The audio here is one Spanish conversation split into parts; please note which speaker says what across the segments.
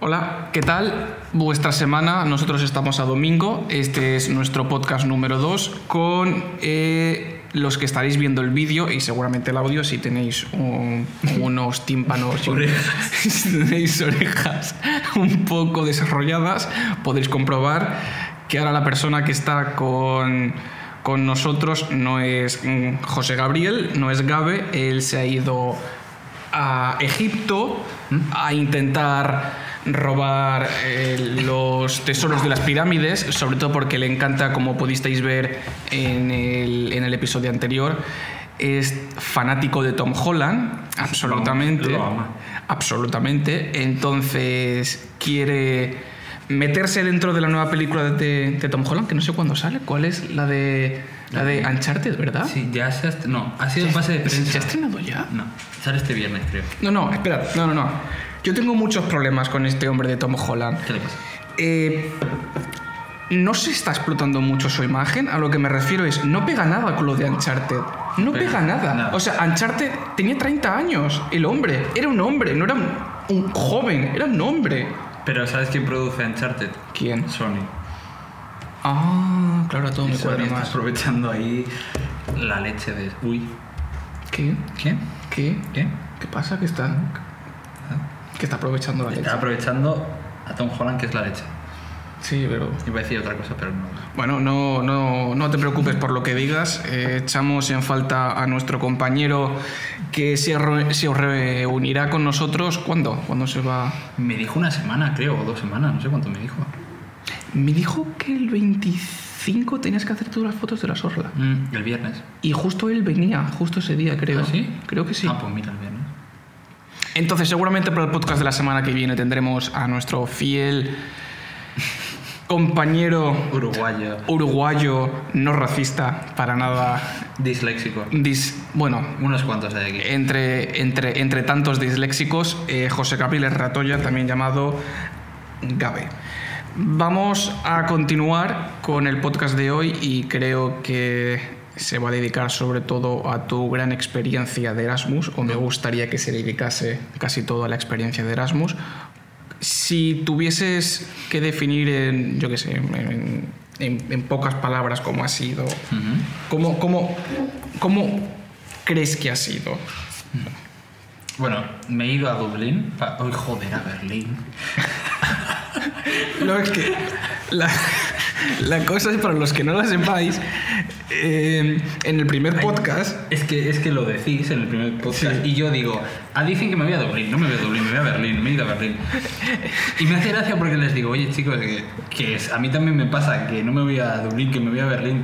Speaker 1: Hola, ¿qué tal? Vuestra semana, nosotros estamos a domingo, este es nuestro podcast número 2 con eh, los que estaréis viendo el vídeo y seguramente el audio si tenéis un- unos tímpanos, y un- si tenéis orejas un poco desarrolladas, podréis comprobar que ahora la persona que está con, con nosotros no es mm, José Gabriel, no es Gabe, él se ha ido a Egipto a intentar robar eh, los tesoros de las pirámides, sobre todo porque le encanta, como pudisteis ver en el, en el episodio anterior, es fanático de Tom Holland, absolutamente.
Speaker 2: lo ama.
Speaker 1: Absolutamente. Entonces quiere meterse dentro de la nueva película de, de Tom Holland, que no sé cuándo sale, ¿cuál es? La de, la de Uncharted, ¿verdad?
Speaker 2: Sí, ya se ha est- No, ha sido pase de
Speaker 1: ¿Ah? ¿Se
Speaker 2: prensa.
Speaker 1: ha estrenado ya?
Speaker 2: No, sale este viernes, creo.
Speaker 1: No, no, espera, no, no, no. Yo tengo muchos problemas con este hombre de Tom Holland.
Speaker 2: ¿Qué le pasa?
Speaker 1: Eh, no se está explotando mucho su imagen. A lo que me refiero es, no pega nada con lo de Uncharted. No
Speaker 2: Pero,
Speaker 1: pega nada.
Speaker 2: nada.
Speaker 1: O sea, Uncharted tenía 30 años. El hombre era un hombre, no era un, un joven, era un hombre.
Speaker 2: Pero ¿sabes quién produce Uncharted?
Speaker 1: ¿Quién?
Speaker 2: Sony.
Speaker 1: Ah, claro, todo me
Speaker 2: Sony
Speaker 1: cuadra
Speaker 2: está
Speaker 1: más.
Speaker 2: aprovechando ahí la leche de... Uy.
Speaker 1: ¿Qué?
Speaker 2: ¿Qué?
Speaker 1: ¿Qué?
Speaker 2: ¿Qué? Ah,
Speaker 1: ¿Qué pasa? ¿Qué está? Que está aprovechando la leche.
Speaker 2: Está aprovechando a Tom Holland, que es la leche.
Speaker 1: Sí, pero
Speaker 2: Iba a decir otra cosa, pero no.
Speaker 1: Bueno, no, no, no te preocupes por lo que digas. Eh, echamos en falta a nuestro compañero que se, re- se reunirá con nosotros. ¿Cuándo? ¿Cuándo se va?
Speaker 2: Me dijo una semana, creo, o dos semanas, no sé cuánto me dijo.
Speaker 1: Me dijo que el 25 tenías que hacer tú las fotos de la sorla.
Speaker 2: Mm, el viernes.
Speaker 1: Y justo él venía, justo ese día, creo.
Speaker 2: ¿Ah, sí?
Speaker 1: Creo que sí.
Speaker 2: Ah, pues mira, el viernes.
Speaker 1: Entonces, seguramente para el podcast de la semana que viene tendremos a nuestro fiel compañero
Speaker 2: Uruguayo.
Speaker 1: uruguayo, no racista, para nada.
Speaker 2: Disléxico.
Speaker 1: Dis- bueno,
Speaker 2: Unos cuantos hay aquí.
Speaker 1: Eh. entre, entre, entre tantos disléxicos, eh, José Gabriel Ratoya, también llamado Gabe. Vamos a continuar con el podcast de hoy y creo que se va a dedicar sobre todo a tu gran experiencia de Erasmus, o me gustaría que se dedicase casi todo a la experiencia de Erasmus. Si tuvieses que definir en, yo qué sé, en, en- en pocas palabras cómo ha sido
Speaker 2: Ujú.
Speaker 1: ¿Cómo, cómo, cómo crees que ha sido?
Speaker 2: Bueno, me he ido a Dublín. pa- Uy, joder, a Berlín.
Speaker 1: No, es que la, la cosa es, para los que no lo sepáis, eh, en el primer podcast...
Speaker 2: Es que, es que lo decís en el primer podcast
Speaker 1: Sí.
Speaker 2: y yo digo, ah, dicen que me voy a Dublín, no me voy a Dublín, me voy a Berlín, me he ido a Berlín. Y me hace gracia porque les digo, oye chicos, que, que es- a mí también me pasa que no me voy a Dublín, que me voy a Berlín.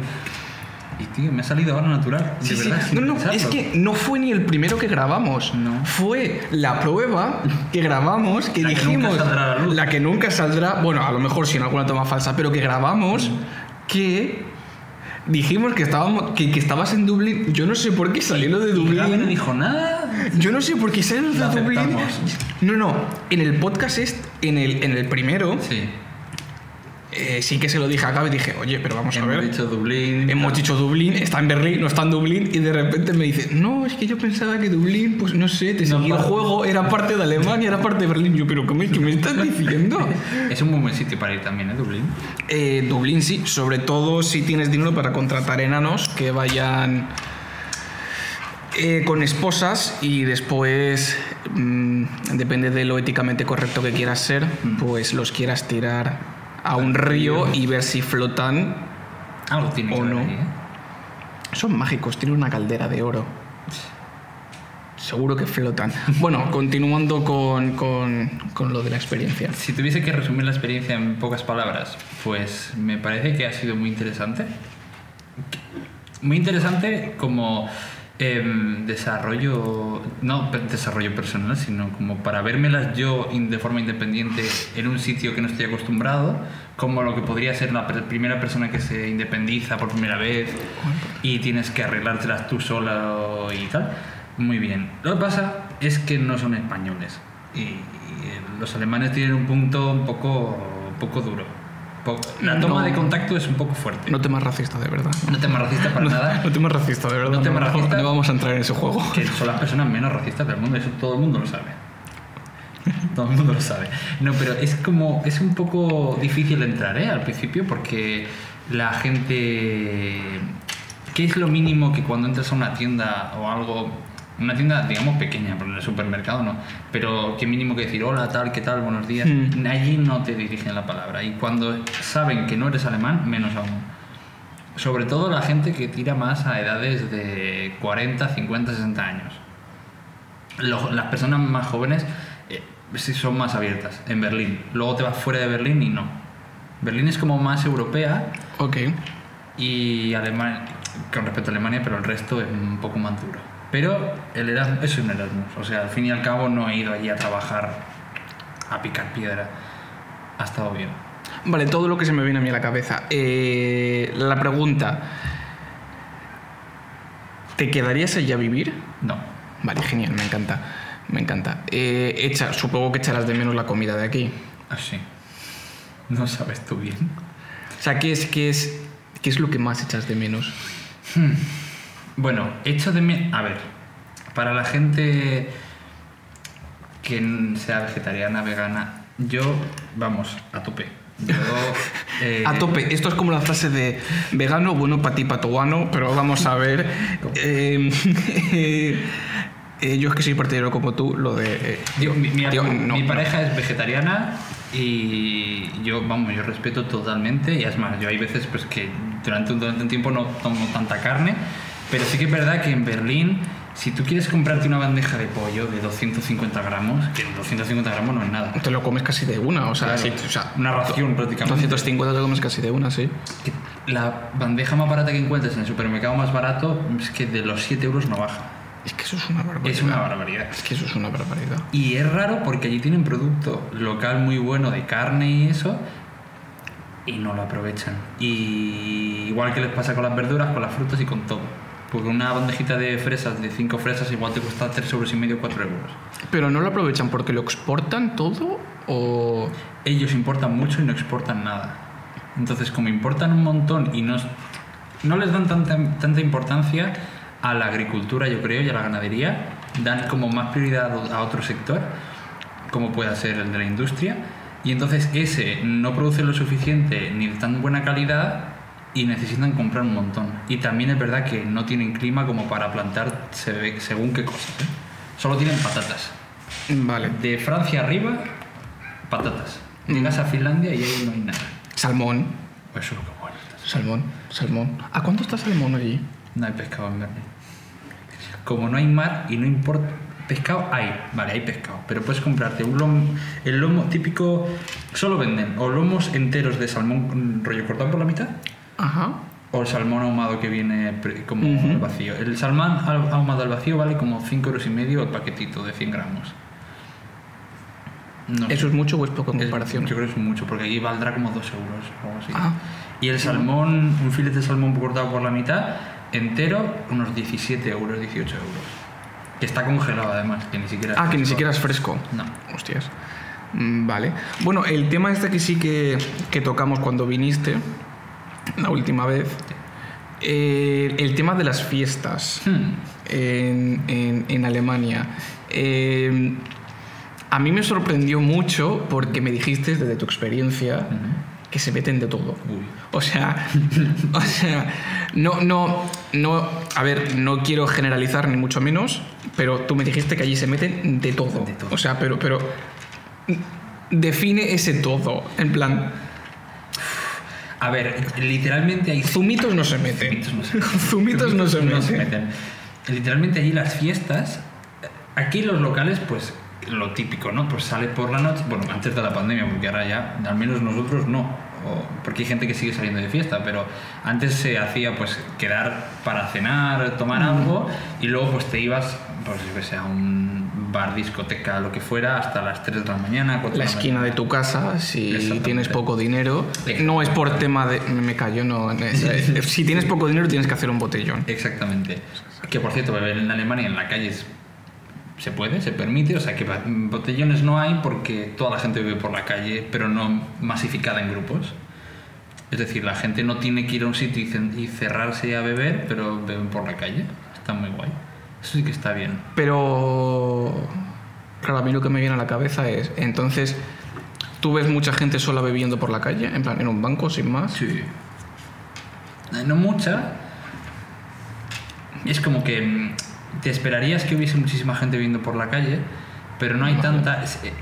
Speaker 2: Y tío, me ha salido ahora natural,
Speaker 1: Sí,
Speaker 2: de
Speaker 1: sí.
Speaker 2: verdad. sin
Speaker 1: No, no, es
Speaker 2: pensarlo.
Speaker 1: que no fue ni el primero que grabamos.
Speaker 2: No.
Speaker 1: Fue la prueba que grabamos, que
Speaker 2: La que nunca
Speaker 1: dijimos...
Speaker 2: saldrá a la luz.
Speaker 1: la que nunca saldrá, bueno, a lo mejor sin alguna toma falsa, pero que grabamos
Speaker 2: Mm.
Speaker 1: que dijimos que, estábamos, que, que estabas en Dublín. Yo no sé por qué saliendo de
Speaker 2: Y Gaby
Speaker 1: Dublín...
Speaker 2: no dijo nada.
Speaker 1: Yo no sé por qué salen
Speaker 2: Lo
Speaker 1: los de Dublín.
Speaker 2: aceptamos.
Speaker 1: No, no. En el podcast este, en el, en el primero, eh, sí.
Speaker 2: Sí,
Speaker 1: Eh, que se lo dije a Gaby y dije, oye, pero vamos a
Speaker 2: hemos
Speaker 1: ver.
Speaker 2: dicho Dublín.
Speaker 1: Hemos
Speaker 2: tal.
Speaker 1: dicho Dublín, está en Berlín, no está en Dublín, y de repente me dice, no, es que yo pensaba que Dublín, pues no sé, te
Speaker 2: No,
Speaker 1: seguía el
Speaker 2: pa-
Speaker 1: juego, era parte de Alemania, era parte de Berlín. Yo, pero ¿qué me, qué me estás diciendo?
Speaker 2: Es un muy buen sitio para ir también, ¿eh? Dublín.
Speaker 1: Eh, Dublín sí, sobre todo si tienes dinero para contratar enanos que vayan eh, con esposas y después, mm, depende de lo éticamente correcto que quieras ser, pues los quieras tirar a un río y ver si flotan.
Speaker 2: Algo tiene que
Speaker 1: O
Speaker 2: ver
Speaker 1: no.
Speaker 2: ahí, ¿eh?
Speaker 1: Son mágicos, tienen una caldera de oro. Seguro que flotan. Bueno, continuando con, con- con lo de la experiencia.
Speaker 2: Si tuviese que resumir la experiencia en pocas palabras, pues me parece que ha sido muy interesante. Muy interesante como em, desarrollo, no pe- desarrollo personal, sino como para vérmelas yo in- de forma independiente en un sitio que no estoy acostumbrado, como lo que podría ser la per- primera persona que se independiza por primera vez y tienes que arreglártelas tú sola y tal. Muy bien. Lo que pasa es que no son españoles y, y los alemanes tienen un punto un poco, un poco duro. Po- la toma
Speaker 1: No.
Speaker 2: de contacto es un poco fuerte.
Speaker 1: No temas racista, de verdad.
Speaker 2: No tema racista para
Speaker 1: No,
Speaker 2: nada.
Speaker 1: no temas racista, de verdad.
Speaker 2: No temas
Speaker 1: no,
Speaker 2: racista.
Speaker 1: no vamos a entrar en ese juego.
Speaker 2: Que son las personas menos racistas del mundo, eso todo el mundo lo sabe. Todo el mundo lo sabe. No, pero es como. Es un poco difícil entrar, ¿eh? Al principio, porque la gente. ¿Qué es lo mínimo que cuando entras a una tienda o algo. Una tienda, digamos, pequeña, pero en el supermercado no. Pero qué mínimo que decir hola, tal, qué tal, buenos días.
Speaker 1: Mm.
Speaker 2: Allí no te dirigen la palabra. Y cuando saben que no eres alemán, menos aún. Sobre todo la gente que tira más a edades de 40, 50, 60 años. Lo- las personas más jóvenes eh, sí son más abiertas en Berlín. Luego te vas fuera de Berlín y no. Berlín es como más europea
Speaker 1: Ok.
Speaker 2: y Alemania, con respecto a Alemania, pero el resto es un poco más duro. Pero el Erasmus, eso es un Erasmus. O sea, al fin y al cabo no he ido allí a trabajar, a picar piedra. Ha estado bien.
Speaker 1: Vale, todo lo que se me viene a mí a la cabeza. Eh, la pregunta. ¿Te quedarías allá a vivir?
Speaker 2: No.
Speaker 1: Vale, genial, me encanta. Me encanta. Eh, echa- supongo que echarás de menos la comida de aquí.
Speaker 2: Así. No sabes tú bien.
Speaker 1: O sea, ¿qué es, qué es, qué es lo que más echas de menos?
Speaker 2: Bueno, hecho de menos. A ver, para la gente que n- sea vegetariana, vegana, yo, vamos, a tope. Yo, eh,
Speaker 1: A tope, esto es como la frase de vegano, bueno, para ti, pa' tu guano, pero vamos a ver. Eh, eh, yo es que soy partidario como tú, lo de... eh,
Speaker 2: yo- mi, mi-
Speaker 1: Tío, no,
Speaker 2: mi
Speaker 1: no.
Speaker 2: pareja es vegetariana y yo, vamos, yo respeto totalmente. Y es más, yo hay veces pues, que durante, un- durante un tiempo no tomo tanta carne, pero sí que es verdad que en Berlín. Si tú quieres comprarte una bandeja de pollo de 250 gramos, que 250 gramos no es nada.
Speaker 1: te lo comes casi de una, o sea,
Speaker 2: Claro,
Speaker 1: sí, o sea,
Speaker 2: una ración prácticamente.
Speaker 1: 250 te lo comes casi de una, sí.
Speaker 2: Que La bandeja más barata que encuentres en el supermercado más barato es que de los 7 euros no baja.
Speaker 1: Es que eso es una barbaridad.
Speaker 2: Es una barbaridad.
Speaker 1: Es que eso es una barbaridad.
Speaker 2: Y es raro porque allí tienen producto local muy bueno de carne y eso y no lo aprovechan. Y igual que les pasa con las verduras, con las frutas y con todo. Porque una bandejita de fresas, de 5 fresas, igual te cuesta 3 euros y medio, 4 euros.
Speaker 1: Pero no lo aprovechan porque lo exportan todo o...
Speaker 2: ellos importan mucho y no exportan nada. Entonces, como importan un montón y no, no les dan tanta, tanta importancia a la agricultura, yo creo, y a la ganadería, dan como más prioridad a a otro sector, como pueda ser el de la industria, y entonces ese no produce lo suficiente ni de tan buena calidad y necesitan comprar un montón. Y también es verdad que no tienen clima como para plantar se ve- según qué cosas. ¿eh? Solo tienen patatas.
Speaker 1: mm, Vale.
Speaker 2: De Francia arriba, patatas. Llegas a Finlandia y ahí no hay nada.
Speaker 1: Salmón,
Speaker 2: Pues eso es lo que bueno.
Speaker 1: salmón, salmón. ¿A cuánto está salmón allí?
Speaker 2: No hay pescado en Berlín. Como no hay mar y no importa. Pescado hay, vale, hay pescado, pero puedes comprarte un lomo, el lomo típico, solo venden o lomos enteros de salmón con rollo cortado por la mitad
Speaker 1: Ajá.
Speaker 2: o el salmón ahumado que viene pre- como
Speaker 1: Ujú.
Speaker 2: al vacío. El salmón al- ahumado al vacío vale como 5 euros y medio el paquetito de 100 gramos. No sé.
Speaker 1: ¿Eso es mucho o es poco en
Speaker 2: Es-
Speaker 1: comparación?
Speaker 2: Yo creo que es mucho, porque aquí valdrá como 2 euros o algo así.
Speaker 1: Ah.
Speaker 2: Y el salmón, un filete de salmón cortado por la mitad, entero, unos 17 euros, 18 euros. Que está congelado además, que ni siquiera...
Speaker 1: Ah, que ni siquiera es fresco.
Speaker 2: No.
Speaker 1: Hostias. Mm, Vale. Bueno, el tema este que sí que, que tocamos cuando viniste, la última vez, eh, el tema de las fiestas
Speaker 2: Hmm.
Speaker 1: en, en- en Alemania. Eh, a mí me sorprendió mucho porque me dijiste desde tu experiencia que se meten de todo.
Speaker 2: Uy.
Speaker 1: O sea, o sea, no, no, no, a ver, no quiero generalizar ni mucho menos, pero tú me dijiste que allí se meten de todo.
Speaker 2: De todo.
Speaker 1: O sea, pero, pero define ese todo. En plan,
Speaker 2: A ver, literalmente hay...
Speaker 1: zumitos no se meten.
Speaker 2: Zumitos no se-
Speaker 1: Zumitos no se
Speaker 2: no se
Speaker 1: meten.
Speaker 2: meten. Literalmente allí las fiestas, aquí los locales, pues lo típico, ¿no? Pues sales por la noche, bueno, antes de la pandemia, porque ahora ya, al menos nosotros no, o- porque hay gente que sigue saliendo de fiesta, pero antes se hacía pues quedar para cenar, tomar algo, y luego pues te ibas, pues yo que sé, a un bar, discoteca, lo que fuera, hasta las 3 de la mañana, 4
Speaker 1: La
Speaker 2: de la mañana.
Speaker 1: esquina de tu casa, si
Speaker 2: Exactamente.
Speaker 1: tienes poco dinero, no es por tema de... Me callo, no. eh, Si tienes poco dinero tienes que hacer un botellón.
Speaker 2: Exactamente. Que por cierto, beber en Alemania en la calle es- se puede, se permite, o sea que ba- botellones no hay porque toda la gente bebe por la calle, pero no masificada en grupos. Es decir, la gente no tiene que ir a un sitio y cen- y cerrarse a beber, pero beben por la calle. Está muy guay. Eso sí que está bien.
Speaker 1: Pero Claro, a mí lo que me viene a la cabeza es, entonces, tú ves mucha gente sola bebiendo por la calle, en plan, en un banco, sin más.
Speaker 2: Sí. Eh, No mucha. Es como que mm, te esperarías que hubiese muchísima gente viendo por la calle, pero no hay tanta. es- eh,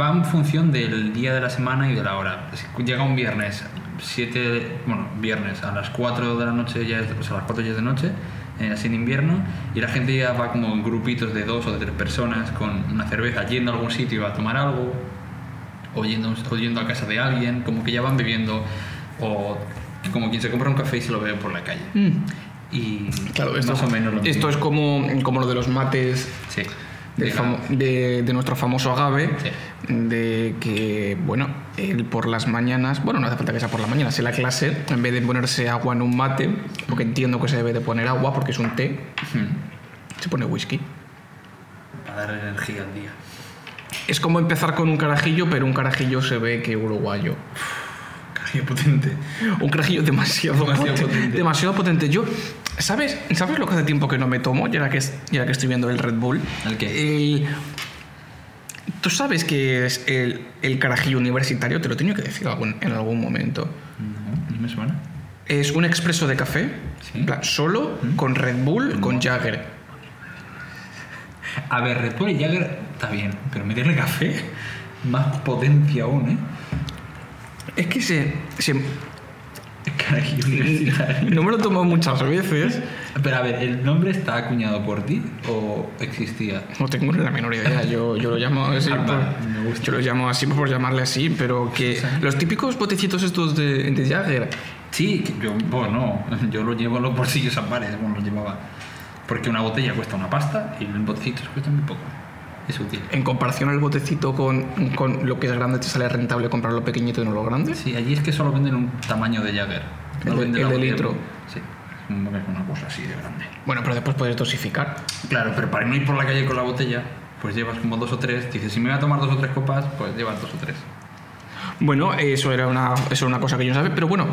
Speaker 2: Va en función del día de la semana y de la hora. Si Llega un viernes, 7, bueno, viernes a las 4 de la noche, ya es, o sea, a las 4 ya es de noche, eh, así en invierno, y la gente ya va como en grupitos de dos o de tres personas con una cerveza yendo a algún sitio a tomar algo, o yendo, o yendo a casa de alguien, como que ya van bebiendo, o como quien se compra un café y se lo bebe por la calle.
Speaker 1: Mm.
Speaker 2: Y
Speaker 1: Claro, esto,
Speaker 2: más o menos lo
Speaker 1: esto
Speaker 2: mismo.
Speaker 1: es como, como lo de los mates
Speaker 2: Sí.
Speaker 1: del
Speaker 2: De la-
Speaker 1: famo- de, de nuestro famoso agave,
Speaker 2: Sí.
Speaker 1: de que, bueno, él por las mañanas, bueno, no hace falta que sea por la mañana, si la clase, en vez de ponerse agua en un mate, porque entiendo que se debe de poner agua porque es un té,
Speaker 2: Hmm.
Speaker 1: se pone whisky.
Speaker 2: Para darle energía al día.
Speaker 1: Es como empezar con un carajillo, pero un carajillo se ve que uruguayo.
Speaker 2: Cajillo potente.
Speaker 1: Un carajillo demasiado,
Speaker 2: Demasiado
Speaker 1: potente,
Speaker 2: potente.
Speaker 1: Demasiado potente. Yo, ¿sabes, ¿sabes lo que hace tiempo que no me tomo? Ya que, es- ya que estoy viendo el Red Bull.
Speaker 2: ¿El qué?
Speaker 1: El- Tú sabes que es el, el carajillo universitario, te lo tenía que decir algún- en algún momento.
Speaker 2: No, no me suena.
Speaker 1: Es un expreso de café,
Speaker 2: Sí. Mm.
Speaker 1: en plan, solo, con Red Bull, con Jagger.
Speaker 2: A ver, Red Bull y Jagger está bien, pero meterle café, más potencia aún, ¿eh?
Speaker 1: Es que se, se-
Speaker 2: Carajillo universitario.
Speaker 1: no me lo tomo muchas veces.
Speaker 2: Pero a ver, ¿el nombre está acuñado por ti o existía?
Speaker 1: No tengo ni la menor idea. Yo, yo lo llamo así.
Speaker 2: Ah,
Speaker 1: por-
Speaker 2: vale, me gusta.
Speaker 1: yo lo llamo así por llamarle así, pero que
Speaker 2: Sí.
Speaker 1: los típicos botecitos estos de, de Jagger.
Speaker 2: Sí, que yo, bueno, yo lo llevo en los bolsillos a pares, bueno, lo llevaba. Porque una botella cuesta una pasta y los botecitos cuestan muy poco. Es útil.
Speaker 1: En comparación al botecito con, con lo que es grande, te sale rentable comprar lo pequeñito y no lo grande.
Speaker 2: Sí, allí es que solo venden un tamaño de Jagger.
Speaker 1: El de-
Speaker 2: venden la
Speaker 1: el de
Speaker 2: botella.
Speaker 1: litro.
Speaker 2: Sí, es un- es una cosa así de grande.
Speaker 1: Bueno, pero después puedes dosificar.
Speaker 2: Claro, pero para no ir por la calle con la botella, pues llevas como dos o tres. Dices, si me voy a tomar dos o tres copas, pues llevas dos o tres.
Speaker 1: Bueno, eso era una, eso era una cosa que yo no sabía, pero bueno,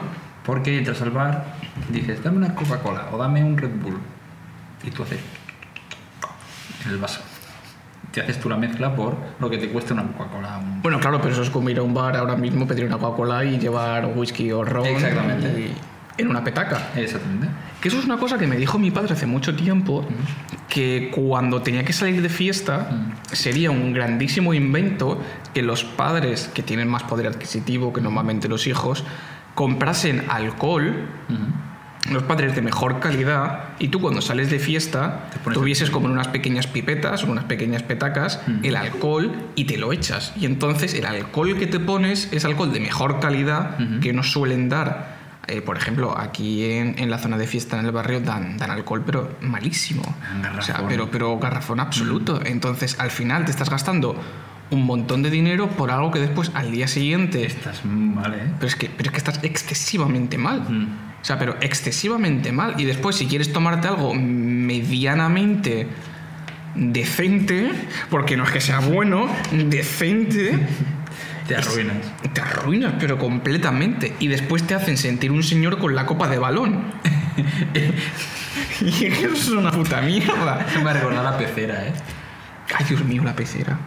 Speaker 2: Porque entras al bar, dices, dame una Coca-Cola o dame un Red Bull. Y tú haces en el vaso. Te haces tú la mezcla por lo que te cuesta una Coca-Cola. un-
Speaker 1: bueno, claro, pero eso es como ir a un bar ahora mismo, pedir una Coca-Cola y llevar whisky o ron.
Speaker 2: Exactamente.
Speaker 1: y- en una petaca.
Speaker 2: Exactamente.
Speaker 1: Que eso es una cosa que me dijo mi padre hace mucho tiempo, que cuando tenía que salir de fiesta sería un grandísimo invento que los padres que tienen más poder adquisitivo que normalmente los hijos comprasen alcohol,
Speaker 2: Ujú.
Speaker 1: los padres de mejor calidad, y tú cuando sales de fiesta
Speaker 2: Te pones
Speaker 1: tuvieses como en unas pequeñas pipetas o en unas pequeñas petacas
Speaker 2: Mm.
Speaker 1: el alcohol y te lo echas. Y entonces el alcohol que te pones es alcohol de mejor calidad
Speaker 2: Ujú.
Speaker 1: que no suelen dar. Eh, por ejemplo, aquí en, en la zona de fiesta en el barrio dan, dan alcohol, pero malísimo.
Speaker 2: Garrafón.
Speaker 1: O sea, pero, pero garrafón absoluto. Entonces al final te estás gastando un montón de dinero por algo que después al día siguiente...
Speaker 2: Estás mal, ¿eh?
Speaker 1: Pero es que, pero es que estás excesivamente mal.
Speaker 2: Mm.
Speaker 1: O sea, pero excesivamente mal. Y después, si quieres tomarte algo medianamente decente, porque no es que sea bueno, decente,
Speaker 2: Te arruinas.
Speaker 1: te arruinas, pero completamente. Y después te hacen sentir un señor con la copa de balón. y eso es una puta mierda.
Speaker 2: Me recordar la pecera, ¿eh?
Speaker 1: Ay, Dios mío, la pecera.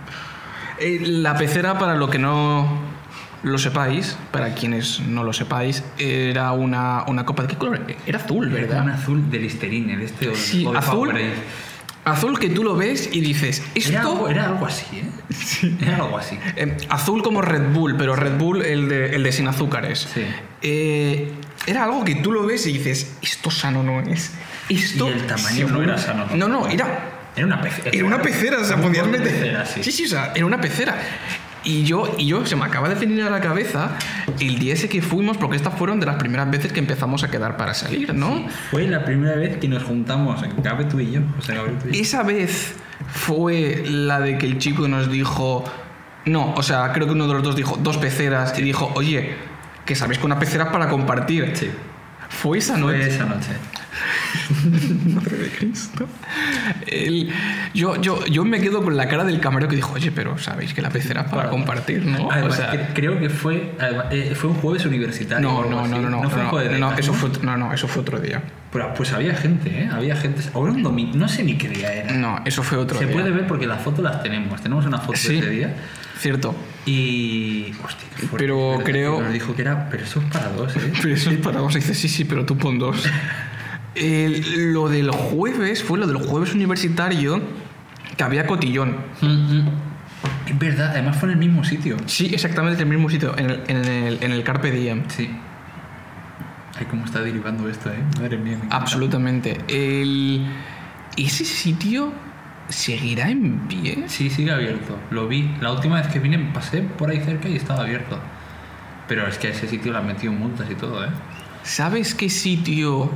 Speaker 1: Eh, la pecera, para lo que no lo sepáis, para quienes no lo sepáis, era una, una copa de qué color? Era azul, ¿verdad?
Speaker 2: Un azul de Listerine, el este o el-
Speaker 1: Sí,
Speaker 2: o el
Speaker 1: azul.
Speaker 2: Powerade.
Speaker 1: Azul que tú lo ves y dices,
Speaker 2: Era, algo-
Speaker 1: esto.
Speaker 2: era algo así, ¿eh? Era algo así.
Speaker 1: Eh, azul como Red Bull, pero Red Bull el de, el de sin azúcares.
Speaker 2: Sí.
Speaker 1: Eh, era algo que tú lo ves y dices, esto sano no es. Esto
Speaker 2: Y el tamaño no
Speaker 1: seguro-
Speaker 2: era sano tampoco.
Speaker 1: No, no, era
Speaker 2: Era una pecera.
Speaker 1: Era una pecera, o sea, podías
Speaker 2: Una
Speaker 1: meter.
Speaker 2: pecera, sí.
Speaker 1: sí, o sea, era una pecera. Y yo, y yo se me acaba de venir a la cabeza el día ese que fuimos, porque estas fueron de las primeras veces que empezamos a quedar para salir, ¿no?
Speaker 2: Fue la primera vez que nos juntamos, Gabe tú y yo. O sea, Gabriel tú y yo.
Speaker 1: Esa vez fue la de que el chico nos dijo. No, o sea, creo que uno de los dos dijo dos peceras y dijo, oye, que sabéis que una pecera es para compartir.
Speaker 2: Sí.
Speaker 1: Fue esa
Speaker 2: Fue
Speaker 1: noche.
Speaker 2: esa noche.
Speaker 1: Madre de Cristo. El- Yo, yo, yo me quedo con la cara del camarero que dijo, oye, pero sabéis que la pecera es para
Speaker 2: Para-
Speaker 1: compartir, ¿no? O
Speaker 2: Además,
Speaker 1: sea,
Speaker 2: cre- creo que fue, además, eh, fue un jueves universitario. o
Speaker 1: no,
Speaker 2: algo
Speaker 1: no,
Speaker 2: así.
Speaker 1: no, no, no,
Speaker 2: fue un
Speaker 1: no,
Speaker 2: jueves de
Speaker 1: no,
Speaker 2: verano.
Speaker 1: eso fue, otro- no, no, eso fue otro día.
Speaker 2: Pero, pues había gente, ¿eh? Había gente. Ahora un domingo, no sé ni qué día era.
Speaker 1: No, eso fue otro
Speaker 2: Se
Speaker 1: día.
Speaker 2: puede ver porque las fotos las tenemos. Tenemos una foto
Speaker 1: Sí.
Speaker 2: de ese día.
Speaker 1: Cierto.
Speaker 2: Y. Hostia, qué fuerte.
Speaker 1: Pero
Speaker 2: Es verdad que
Speaker 1: creo-
Speaker 2: Nos dijo que era. Pero eso es para dos, ¿eh?
Speaker 1: Pero eso es para vos. Dice, sí, sí, pero tú pon dos. El- lo del jueves fue lo del jueves universitario que había cotillón.
Speaker 2: Mm, mm. Es verdad, además fue en el mismo sitio.
Speaker 1: Sí, exactamente en el mismo sitio, en el, en el, en el Carpe Diem.
Speaker 2: Sí. Ay, cómo está derivando esto, ¿eh? Madre mía. me encanta.
Speaker 1: Absolutamente. El, ¿Ese sitio seguirá en pie?
Speaker 2: Sí, sigue abierto. Lo vi. La última vez que vine pasé por ahí cerca y estaba abierto. Pero es que a ese sitio le han metido multas y todo, ¿eh?
Speaker 1: ¿Sabes qué sitio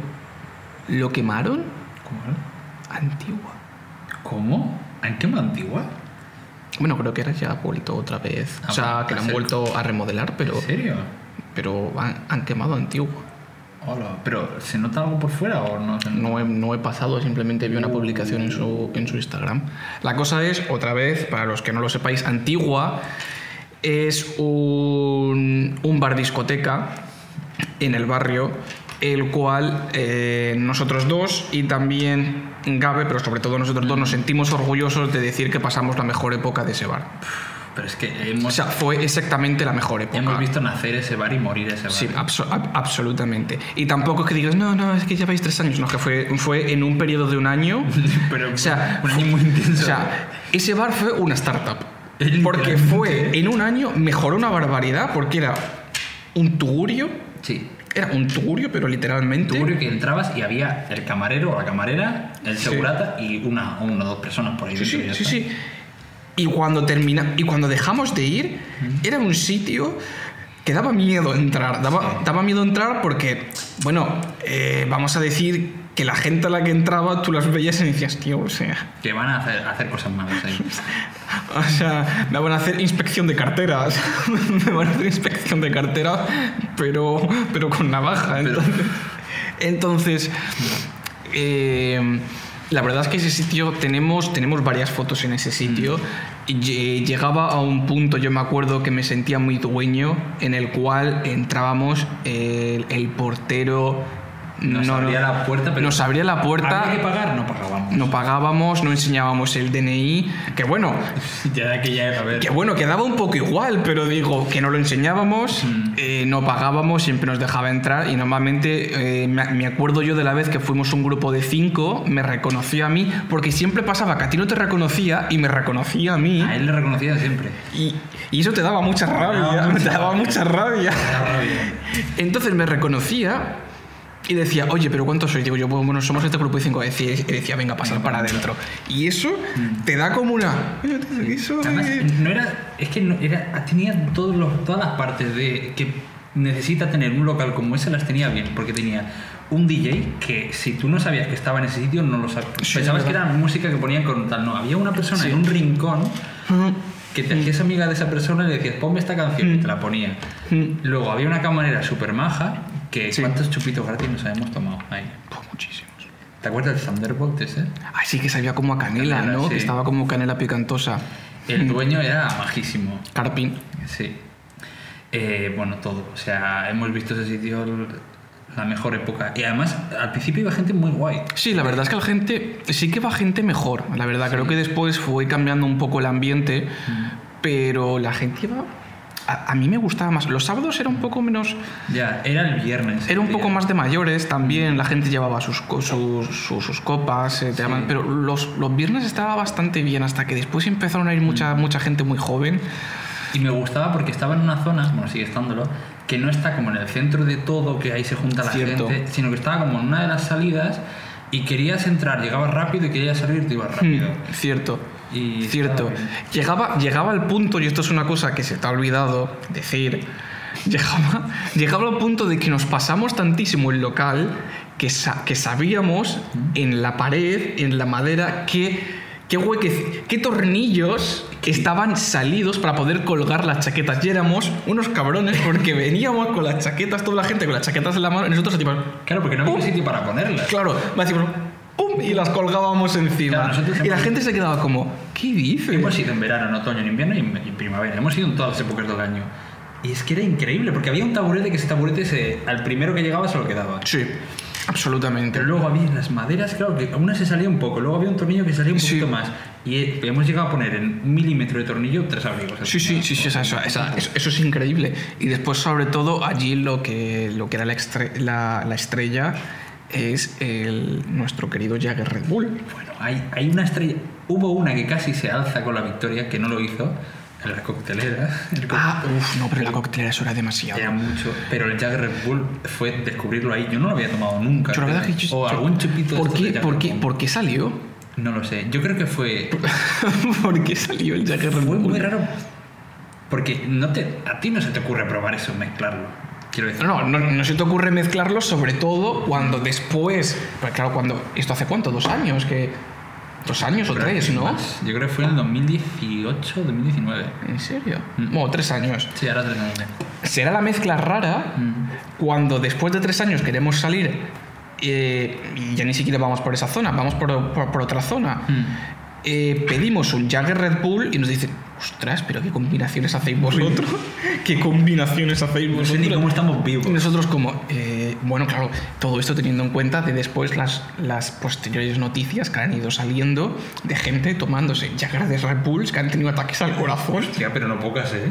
Speaker 1: lo quemaron?
Speaker 2: ¿Cómo? era?
Speaker 1: Antigua.
Speaker 2: ¿Cómo? ¿En qué antigua?
Speaker 1: Bueno, creo que ahora ya ha vuelto otra vez.
Speaker 2: Ah,
Speaker 1: o sea,
Speaker 2: bueno,
Speaker 1: que la han
Speaker 2: hacer-
Speaker 1: vuelto a remodelar, pero,
Speaker 2: ¿En serio?
Speaker 1: pero han, han quemado Antigua.
Speaker 2: Hola. ¿Pero se nota algo por fuera o no? se nota?
Speaker 1: No he, no he pasado, simplemente vi una publicación en su, en su Instagram. La cosa es, otra vez, para los que no lo sepáis, Antigua es un, un bar discoteca en el barrio, el cual eh, nosotros dos y también Gabe, pero sobre todo nosotros dos, nos sentimos orgullosos de decir que pasamos la mejor época de ese bar.
Speaker 2: Pero es que
Speaker 1: O
Speaker 2: hemos,
Speaker 1: sea, fue exactamente la mejor época.
Speaker 2: hemos visto nacer ese bar y morir ese bar.
Speaker 1: Sí, abso- ab- absolutamente. Y tampoco es que digas, no, no, es que lleváis tres años. No, es que fue, fue en un periodo de un año.
Speaker 2: Pero
Speaker 1: O sea,
Speaker 2: un año muy intenso.
Speaker 1: O sea, ese bar fue una startup.
Speaker 2: Literalmente.
Speaker 1: Porque fue en un año, mejoró una barbaridad, porque era un tugurio.
Speaker 2: sí.
Speaker 1: Era un tugurio, pero literalmente.
Speaker 2: Tugurio que entrabas y había el camarero o la camarera, el
Speaker 1: Sí.
Speaker 2: segurata y una una o dos personas por ahí
Speaker 1: Sí,
Speaker 2: dentro. y
Speaker 1: sí,
Speaker 2: ya
Speaker 1: sí,
Speaker 2: está.
Speaker 1: sí. Y cuando, termina, y cuando dejamos de ir, era un sitio que daba miedo entrar. Daba,
Speaker 2: Sí.
Speaker 1: daba miedo entrar porque, bueno, eh, vamos a decir que la gente a la que entraba, tú las veías y decías, tío, o sea,
Speaker 2: Que van a hacer, a hacer cosas malas ahí.
Speaker 1: o sea, me van a hacer inspección de carteras. me van a hacer inspección de carteras, pero, pero con navaja.
Speaker 2: Pero-
Speaker 1: Entonces, entonces, eh, la verdad es que ese sitio, tenemos, tenemos varias fotos en ese
Speaker 2: Mm.
Speaker 1: sitio. Y lle- llegaba a un punto, yo me acuerdo que me sentía muy dueño, en el cual entrábamos, el, el portero
Speaker 2: Nos
Speaker 1: no-
Speaker 2: abría la puerta, pero
Speaker 1: nos abría la puerta.
Speaker 2: había que pagar, no pagábamos.
Speaker 1: No pagábamos, no enseñábamos el DNI, que bueno,
Speaker 2: Ya de aquella época, a ver.
Speaker 1: que bueno, quedaba un poco igual, pero digo, que no lo enseñábamos,
Speaker 2: Mm.
Speaker 1: eh, no pagábamos, siempre nos dejaba entrar y normalmente eh, me, me acuerdo yo de la vez que fuimos un grupo de cinco, me reconoció a mí, porque siempre pasaba que a ti no te reconocía y me reconocía a mí.
Speaker 2: A él le reconocía siempre.
Speaker 1: Y, y eso te daba mucha rabia,
Speaker 2: Ah, mucha
Speaker 1: te daba
Speaker 2: rabia.
Speaker 1: mucha rabia.
Speaker 2: Ahora bien.
Speaker 1: Entonces me reconocía y decía, oye, pero ¿cuántos sois? Digo yo, bueno, bueno, somos este grupo de cinco. Y decía, y decía, venga, pasar para adentro. Y eso te da como una... Eso de-
Speaker 2: Mm. Además, mm. no era. Es que no, era, tenía todos los, todas las partes de que necesita tener un local como ese, las tenía bien, porque tenía un DJ que si tú no sabías que estaba en ese sitio, no lo sabías.
Speaker 1: Sí,
Speaker 2: Pensabas
Speaker 1: es
Speaker 2: que era
Speaker 1: verdad.
Speaker 2: música que ponían con tal. No, había una persona
Speaker 1: Sí. Mm.
Speaker 2: en un rincón
Speaker 1: Ujú.
Speaker 2: que te hacías amiga de esa persona y le decías, ponme esta canción, y te la ponía.
Speaker 1: Mm.
Speaker 2: Luego había una camarera super maja que
Speaker 1: Sí.
Speaker 2: cuántos chupitos gratis nos habíamos tomado ahí.
Speaker 1: Pues muchísimos.
Speaker 2: ¿Te acuerdas del Thunderbolt ese?
Speaker 1: Así que sabía como a canela,
Speaker 2: Canela,
Speaker 1: ¿no?
Speaker 2: sí.
Speaker 1: Que estaba como canela picantosa. Mm.
Speaker 2: El dueño era majísimo.
Speaker 1: Carpín.
Speaker 2: Sí. Eh, bueno, todo. O sea, hemos visto ese sitio l- la mejor época. Y además, al principio iba gente muy guay.
Speaker 1: Sí, la verdad es que la gente, sí que va gente mejor, la verdad. Creo que después fue cambiando un poco el ambiente,
Speaker 2: Mm.
Speaker 1: pero la gente iba... A, a mí me gustaba más. Los sábados era un poco menos...
Speaker 2: Ya, era el viernes.
Speaker 1: Era un
Speaker 2: el
Speaker 1: poco
Speaker 2: día.
Speaker 1: más de mayores
Speaker 2: Mm.
Speaker 1: también, la gente llevaba sus, co- sus, sus, sus copas, eh, te llaman- pero los, los viernes estaba bastante bien hasta que después empezaron a ir mucha,
Speaker 2: Mm.
Speaker 1: mucha gente muy joven.
Speaker 2: Y me gustaba porque estaba en una zona, bueno, sigue estándolo, que no está como en el centro de todo, que ahí se junta la
Speaker 1: Cierto.
Speaker 2: gente, sino que estaba como en una de las salidas y querías entrar, llegabas rápido y querías salir, te ibas rápido.
Speaker 1: Mm, Cierto.
Speaker 2: Y
Speaker 1: Hmm. Cierto.
Speaker 2: estaba bien.
Speaker 1: Llegaba, llegaba al punto, y esto es una cosa que se te ha olvidado decir, llegaba, llegaba al punto de que nos pasamos tantísimo el local que, sa- que sabíamos en la pared, en la madera, que, qué hueque, qué tornillos estaban salidos para poder colgar las chaquetas. Y éramos unos cabrones porque veníamos con las chaquetas, toda la gente con las chaquetas en la mano, y nosotros tipo,
Speaker 2: Claro, porque no había sitio para ponerlas.
Speaker 1: claro, me decimos, ¡pum! y las colgábamos encima.
Speaker 2: Claro, nosotros
Speaker 1: y la
Speaker 2: hemos-
Speaker 1: gente se quedaba como, ¿qué dices?
Speaker 2: Hemos ido en verano, en otoño, en invierno y en y en primavera. Hemos ido en todas las épocas del año. Y es que era increíble, porque había un taburete que ese taburete se- al primero que llegaba se lo quedaba.
Speaker 1: Sí, absolutamente.
Speaker 2: Pero luego había las maderas, claro, que una se salía un poco, luego había un tornillo que salía un
Speaker 1: Sí.
Speaker 2: poquito más. Y eh, hemos llegado a poner en un milímetro de tornillo tres abrigos.
Speaker 1: Sí, sí, sí, sí, o sea, eso, esa- eso- eso es increíble. Y después, sobre todo, allí lo que, lo que era la, extre- la- la estrella es el, nuestro querido Jagger Red Bull.
Speaker 2: Bueno, hay, hay una estrella. Hubo una que casi se alza con la victoria, que no lo hizo, en la coctelera. El co-
Speaker 1: Ah, uff, no, pero la coctelera eso era demasiado.
Speaker 2: Era mucho, pero el Jagger Red Bull fue descubrirlo ahí. Yo no lo había tomado nunca.
Speaker 1: Yo la verdad que yo-
Speaker 2: o
Speaker 1: yo-
Speaker 2: algún chupito de
Speaker 1: ¿Por
Speaker 2: estos de
Speaker 1: qué,
Speaker 2: Jagger
Speaker 1: por,
Speaker 2: Red
Speaker 1: qué,
Speaker 2: Bull.
Speaker 1: ¿Por qué salió?
Speaker 2: No lo sé. Yo creo que fue.
Speaker 1: ¿Por qué salió el Jagger Red
Speaker 2: Fue
Speaker 1: Bull?
Speaker 2: muy raro. Porque no te, a ti no se te ocurre probar eso, mezclarlo. Quiero decir.
Speaker 1: Ah, No, no, no se te ocurre mezclarlo, sobre todo cuando después. Pues claro, cuando. ¿Esto hace cuánto? ¿Dos años? que ¿Dos años o
Speaker 2: Pero
Speaker 1: tres,
Speaker 2: es
Speaker 1: no?
Speaker 2: más. Yo creo que fue en el 2018, 2019.
Speaker 1: ¿En serio?
Speaker 2: Mm.
Speaker 1: Bueno, tres años.
Speaker 2: Sí, ahora tres años.
Speaker 1: Será la mezcla rara
Speaker 2: Mm.
Speaker 1: cuando después de tres años queremos salir eh, y ya ni siquiera vamos por esa zona, vamos por, por- por otra zona.
Speaker 2: Mm.
Speaker 1: Eh, pedimos un Jagger Red Bull y nos dicen, ostras, pero qué combinaciones hacéis vosotros. ¿Qué combinaciones hacéis
Speaker 2: No
Speaker 1: vosotros?
Speaker 2: sé ni cómo estamos
Speaker 1: Y
Speaker 2: vivos.
Speaker 1: nosotros como, eh, bueno, claro, todo esto teniendo en cuenta de después las, las posteriores noticias que han ido saliendo de gente tomándose Jagger de Red Bulls que han tenido ataques al corazón.
Speaker 2: Hostia, pero no pocas, ¿eh?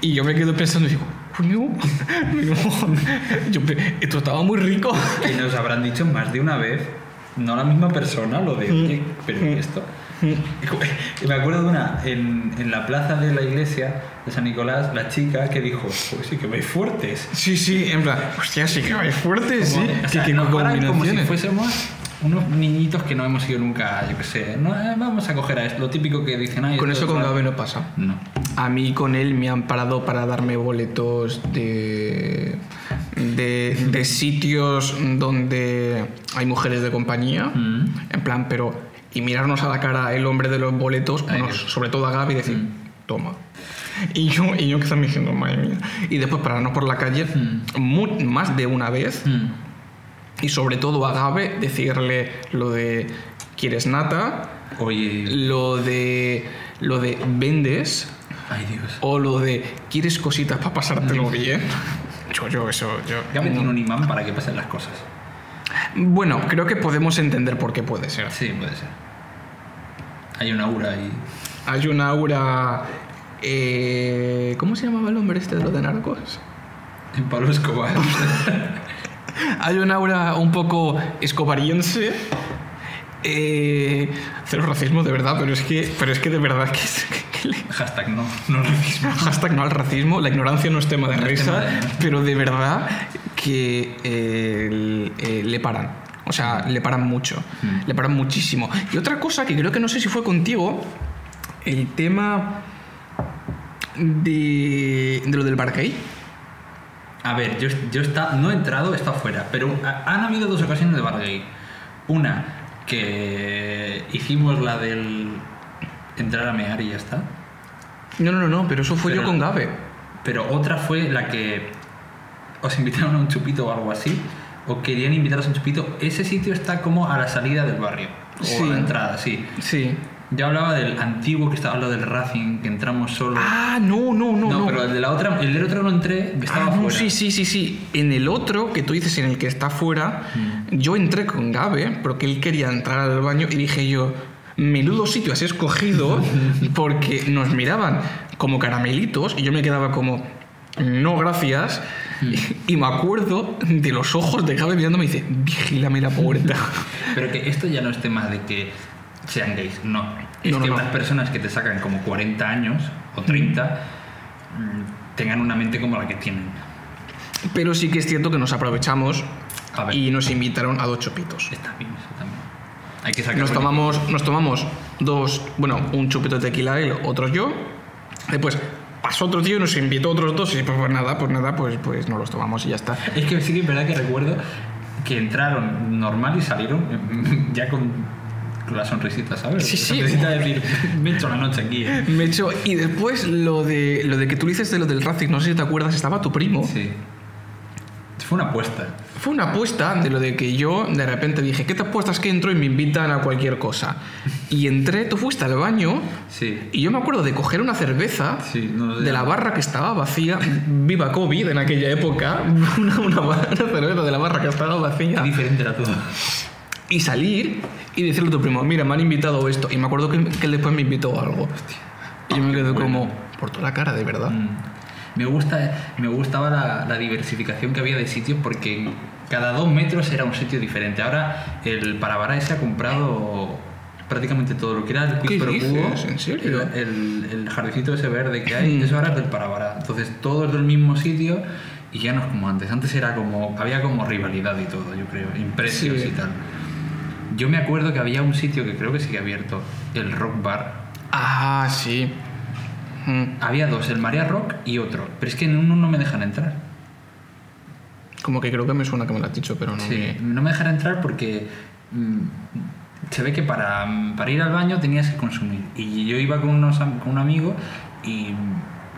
Speaker 1: Y yo me quedo pensando y digo, coño, no". Yo, pe- esto estaba muy rico.
Speaker 2: Que nos habrán dicho más de una vez, no la misma persona, lo de, oye, pero ¿y esto? Y me acuerdo de una, en, en la plaza de la iglesia de San Nicolás, la chica que dijo, pues sí que vais fuertes.
Speaker 1: Sí, sí, en plan, hostia, sí que vais fuerte, sí.
Speaker 2: Como- o sea,
Speaker 1: que, que
Speaker 2: nos paran como si
Speaker 1: combinaciones.
Speaker 2: fuésemos unos niñitos que no hemos ido nunca, yo qué sé, no, eh, vamos a coger a esto, lo típico que dicen, "Ay,
Speaker 1: Con
Speaker 2: esto
Speaker 1: eso
Speaker 2: es
Speaker 1: con
Speaker 2: mal".
Speaker 1: Gabe no pasa.
Speaker 2: No.
Speaker 1: A mí con él me han parado para darme boletos de, de, de sitios donde hay mujeres de compañía.
Speaker 2: Mm.
Speaker 1: En plan, pero... Y mirarnos a la cara el hombre de los boletos,
Speaker 2: Ay,
Speaker 1: bueno,
Speaker 2: Dios. Mm.
Speaker 1: sobre todo a Gaby, y decir, toma. Y yo, y yo que estaba diciendo, madre mía. Y después pararnos por la calle mu- más de una vez.
Speaker 2: Mm.
Speaker 1: Y sobre todo a Gabe decirle lo de, ¿quieres nata?
Speaker 2: Oye,
Speaker 1: Lo de, lo de, ¿vendes?
Speaker 2: ay Dios.
Speaker 1: O lo de ¿quieres cositas para
Speaker 2: Mm.
Speaker 1: pasártelo bien? Yo, yo, eso, yo.
Speaker 2: Gabe
Speaker 1: no.
Speaker 2: tiene un imán para que pasen las cosas.
Speaker 1: Bueno, creo que podemos entender por qué puede ser.
Speaker 2: Sí, puede ser. Hay una aura ahí.
Speaker 1: Hay una aura. eh, ¿Cómo se llamaba el hombre este de los de narcos?
Speaker 2: En Pablo Escobar.
Speaker 1: Hay una aura un poco escobariense. Eh, cero racismo, de verdad, pero es que, pero es que de verdad que, es- que- que le-
Speaker 2: Hashtag no, no lo mismo.
Speaker 1: Hashtag no al racismo, la ignorancia no es tema de
Speaker 2: No es
Speaker 1: risa,
Speaker 2: tema de-
Speaker 1: pero de verdad que eh, el- eh, le paran. O sea, le paran mucho,
Speaker 2: Mm.
Speaker 1: le paran muchísimo. Y otra cosa que creo que no sé si fue contigo, el tema de, de lo del barcaí.
Speaker 2: A ver, yo, yo está, no he entrado, está fuera, pero ha- han habido dos ocasiones de bar gay. Una que hicimos la del entrar a mear y ya está.
Speaker 1: No, no, no, no, pero eso fue
Speaker 2: Pero-
Speaker 1: yo con Gabe.
Speaker 2: Pero otra fue la que os invitaron a un chupito o algo así, o querían invitaros a un chupito. Ese sitio está como a la salida del barrio, o
Speaker 1: Sí.
Speaker 2: a la entrada, sí.
Speaker 1: Sí.
Speaker 2: Yo hablaba del antiguo que estaba lo del Racing, que entramos solo.
Speaker 1: Ah, no, no, no, no.
Speaker 2: pero el de la otra, el del otro no entré, estaba
Speaker 1: Ah, no,
Speaker 2: fuera.
Speaker 1: sí, sí, sí, sí. En el otro, que tú dices en el que está fuera,
Speaker 2: Mm.
Speaker 1: yo entré con Gabe porque él quería entrar al baño y dije yo, menudo sitio has escogido porque nos miraban como caramelitos y yo me quedaba como, no, gracias.
Speaker 2: Mm.
Speaker 1: Y me acuerdo de los ojos de Gabe mirándome y dice, vigílame la puerta.
Speaker 2: Pero que esto ya no es tema de que sean gays, no. Es
Speaker 1: No, no,
Speaker 2: que
Speaker 1: no.
Speaker 2: unas personas que te sacan como 40 años o 30 mm, tengan una mente como la que tienen.
Speaker 1: Pero sí que es cierto que nos aprovechamos
Speaker 2: A ver.
Speaker 1: y nos invitaron a dos chopitos.
Speaker 2: Está bien, eso también. Hay que sacar.
Speaker 1: Nos tomamos, nos tomamos dos, bueno, un chupito de tequila él, otro yo. Después pasó otro tío y nos invitó otros dos y pues, pues nada, pues nada, pues, pues nos los tomamos y ya está.
Speaker 2: Es que sí que es verdad que recuerdo que entraron normal y salieron ya con, con la sonrisita, ¿sabes?
Speaker 1: Sí, sí.
Speaker 2: La sonrisita de decir, me he hecho la noche aquí. eh".
Speaker 1: Me echó, y después lo de, lo de que tú dices de lo del Racing, no sé si te acuerdas, estaba tu primo.
Speaker 2: Sí. Fue una apuesta.
Speaker 1: fue una apuesta de lo de que yo de repente dije, ¿qué te apuestas que entro y me invitan a cualquier cosa? Y entré, tú fuiste al baño
Speaker 2: Sí.
Speaker 1: y yo me acuerdo de coger una cerveza
Speaker 2: Sí, no,
Speaker 1: de
Speaker 2: ya.
Speaker 1: la barra que estaba vacía, viva COVID en aquella época, una, una barra- una cerveza de la barra que estaba vacía
Speaker 2: Diferente era todo.
Speaker 1: y salir y decirle a tu primo, mira, me han invitado esto. Y me acuerdo que, que él después me invitó a algo. Y yo me quedo como, por toda la cara, de verdad.
Speaker 2: Mm. Me, gusta, me gustaba la, la diversificación que había de sitios porque cada dos metros era un sitio diferente. Ahora el Parabara ese ha comprado prácticamente todo lo que era el
Speaker 1: ¿Qué
Speaker 2: Quid Pro
Speaker 1: dices?
Speaker 2: Quo,
Speaker 1: ¿En serio? Mm.
Speaker 2: El, el- el jardincito ese verde que hay, eso ahora es del Parabara. Entonces todo es del mismo sitio y ya no es como antes. Antes era como, había como rivalidad y todo, yo creo, en precios
Speaker 1: Sí.
Speaker 2: y tal. Yo me acuerdo que había un sitio que creo que sigue abierto, el Rock Bar,
Speaker 1: Ah, sí. Mm.
Speaker 2: había dos, el María Rock y otro. Pero es que en uno no me dejan entrar.
Speaker 1: Como que creo que me suena que me lo has dicho, pero no
Speaker 2: Sí,
Speaker 1: me...
Speaker 2: no me dejan entrar porque mm, se ve que para, mm, para ir al baño tenías que consumir. Y yo iba con, unos am- con un amigo y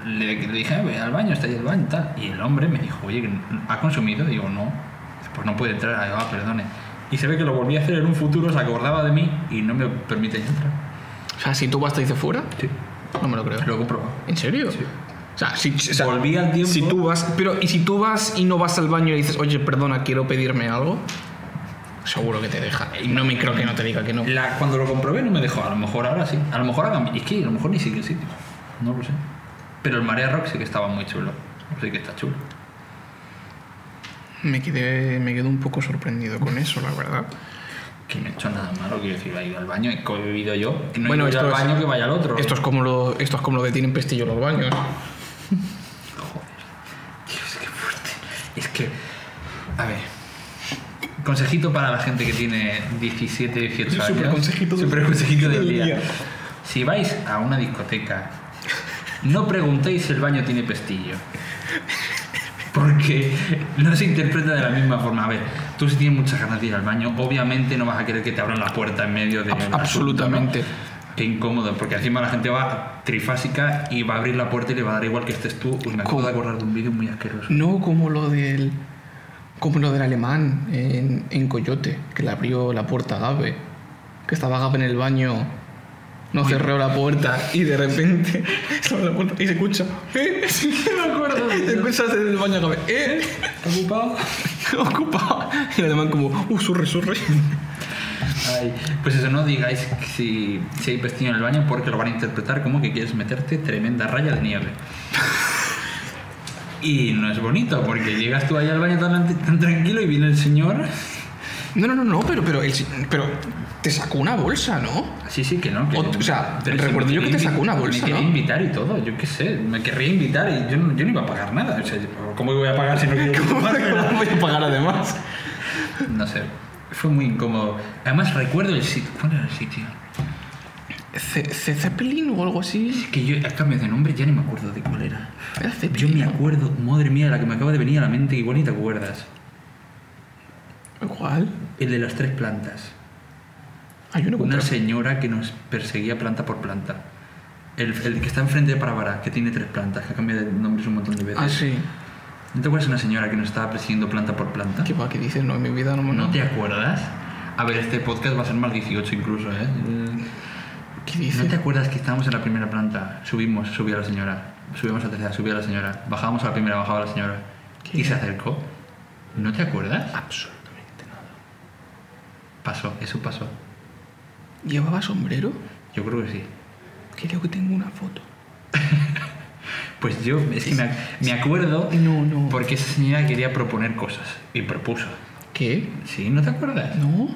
Speaker 2: mm, le, le dije, "Ah, ve al baño, está ahí el baño y tal. Y el hombre me dijo, oye, ¿ha consumido? digo, no. Dice, Pues no puede entrar. Ah, digo, "Ah, perdone. Y se ve que lo volví a hacer en un futuro, se acordaba de mí y no me permite entrar.
Speaker 1: O sea, si tú vas te dice fuera,
Speaker 2: Sí.
Speaker 1: no me lo creo.
Speaker 2: Lo he comprobado.
Speaker 1: ¿En serio? O sea, si, o sea,
Speaker 2: Volví al tiempo.
Speaker 1: si tú vas... Pero, ¿y si tú vas y no vas al baño y dices, oye, perdona, quiero pedirme algo? Seguro que te deja. Y no me creo que no te diga que no.
Speaker 2: La- cuando lo comprobé no me dejó, a lo mejor ahora sí. A lo mejor ha cambiado. Es que a lo mejor ni siquiera el sitio. No lo sé. Pero el Marea Rock sí que estaba muy chulo. Sí que está chulo.
Speaker 1: Me quedé, me quedé un poco sorprendido con eso, la verdad.
Speaker 2: Que no he hecho nada malo, quiero decir, he ido al baño, he bebido yo. Que no
Speaker 1: Bueno,
Speaker 2: he ido al
Speaker 1: esto es-
Speaker 2: baño que vaya al otro.
Speaker 1: Esto es como lo, esto es como lo que tienen pestillo los baños.
Speaker 2: Joder. Dios, qué fuerte. Es que. A ver. Consejito para la gente que tiene 17, 18 años.
Speaker 1: Súper consejito del-
Speaker 2: Súper consejito del
Speaker 1: del
Speaker 2: día.
Speaker 1: día.
Speaker 2: Si vais a una discoteca, no preguntéis si el baño tiene pestillo. Porque no se interpreta de la misma forma. A ver, tú si tienes muchas ganas de ir al baño, obviamente no vas a querer que te abran la puerta en medio de...
Speaker 1: Ab-
Speaker 2: un asunto,
Speaker 1: absolutamente.
Speaker 2: ¿no? Qué incómodo, porque encima la gente va trifásica y va a abrir la puerta y le va a dar igual que estés tú. Uy, me acabo de acordar de un vídeo muy asqueroso.
Speaker 1: No como lo del. como lo del alemán en, en Coyote, que le abrió la puerta a Gabe. Que estaba Gabe en el baño. No cerró la puerta y de repente se abre la puerta y se escucha. ¿Eh? Sí, me acuerdo. Se escucha desde el baño a Gabe. ¿Eh?
Speaker 2: ocupado?
Speaker 1: Ocupa. Y el alemán como, uh, surre, surre.
Speaker 2: Ay, pues eso, no digáis que si, si hay pestillo en el baño porque lo van a interpretar como que quieres meterte tremenda raya de nieve. Y no es bonito porque llegas tú ahí al baño tan, tan tranquilo y viene el señor.
Speaker 1: No, no, no, no, pero, pero, el si- pero te sacó una bolsa, ¿no?
Speaker 2: Sí, sí, que no. que-
Speaker 1: O- o sea,
Speaker 2: pero si
Speaker 1: recuerdo
Speaker 2: me
Speaker 1: yo que
Speaker 2: quería
Speaker 1: te sacó
Speaker 2: invi-
Speaker 1: una bolsa,
Speaker 2: Me quería
Speaker 1: ¿no?
Speaker 2: invitar y todo, yo qué sé, me querría invitar y yo, no- yo no iba a pagar nada. O sea, yo- ¿cómo voy a pagar si no quiero pagar?
Speaker 1: voy a pagar además?
Speaker 2: No sé, fue muy incómodo. Además, recuerdo el sitio. ¿Cuál era el sitio?
Speaker 1: Ce- Ce- Zeppelin o algo así.
Speaker 2: Es que yo, a cambio de nombre, ya ni me acuerdo de cuál era.
Speaker 1: Era
Speaker 2: Yo
Speaker 1: Zeppelin.
Speaker 2: me acuerdo, madre mía, la que me acaba de venir a la mente, que igual ni te acuerdas.
Speaker 1: ¿Cuál?
Speaker 2: El de las tres plantas.
Speaker 1: Hay uno
Speaker 2: Una
Speaker 1: contra.
Speaker 2: señora que nos perseguía planta por planta. El, el que está enfrente de Parabara, que tiene tres plantas, que ha cambiado de nombres un montón de veces.
Speaker 1: Ah, sí.
Speaker 2: ¿No te acuerdas de una señora que nos estaba persiguiendo planta por planta?
Speaker 1: ¿Qué va? ¿Qué dices? No, en mi vida no me...
Speaker 2: ¿No
Speaker 1: No.
Speaker 2: te acuerdas? A ver, este podcast va a ser más 18 incluso, ¿eh?
Speaker 1: ¿Qué
Speaker 2: ¿No
Speaker 1: dices?
Speaker 2: te acuerdas que estábamos en la primera planta? Subimos, subía la señora. Subíamos a la tercera, subía la señora. Bajábamos a la primera, bajaba la señora.
Speaker 1: ¿Qué?
Speaker 2: Y se acercó. ¿No te acuerdas?
Speaker 1: Absolutamente nada.
Speaker 2: Pasó, eso pasó.
Speaker 1: ¿Llevaba sombrero?
Speaker 2: Yo creo que sí.
Speaker 1: Creo que tengo una foto.
Speaker 2: Pues yo, es que me, me acuerdo
Speaker 1: No, no.
Speaker 2: porque esa señora quería proponer cosas y propuso.
Speaker 1: ¿Qué?
Speaker 2: ¿Sí? ¿No te acuerdas?
Speaker 1: ¿No?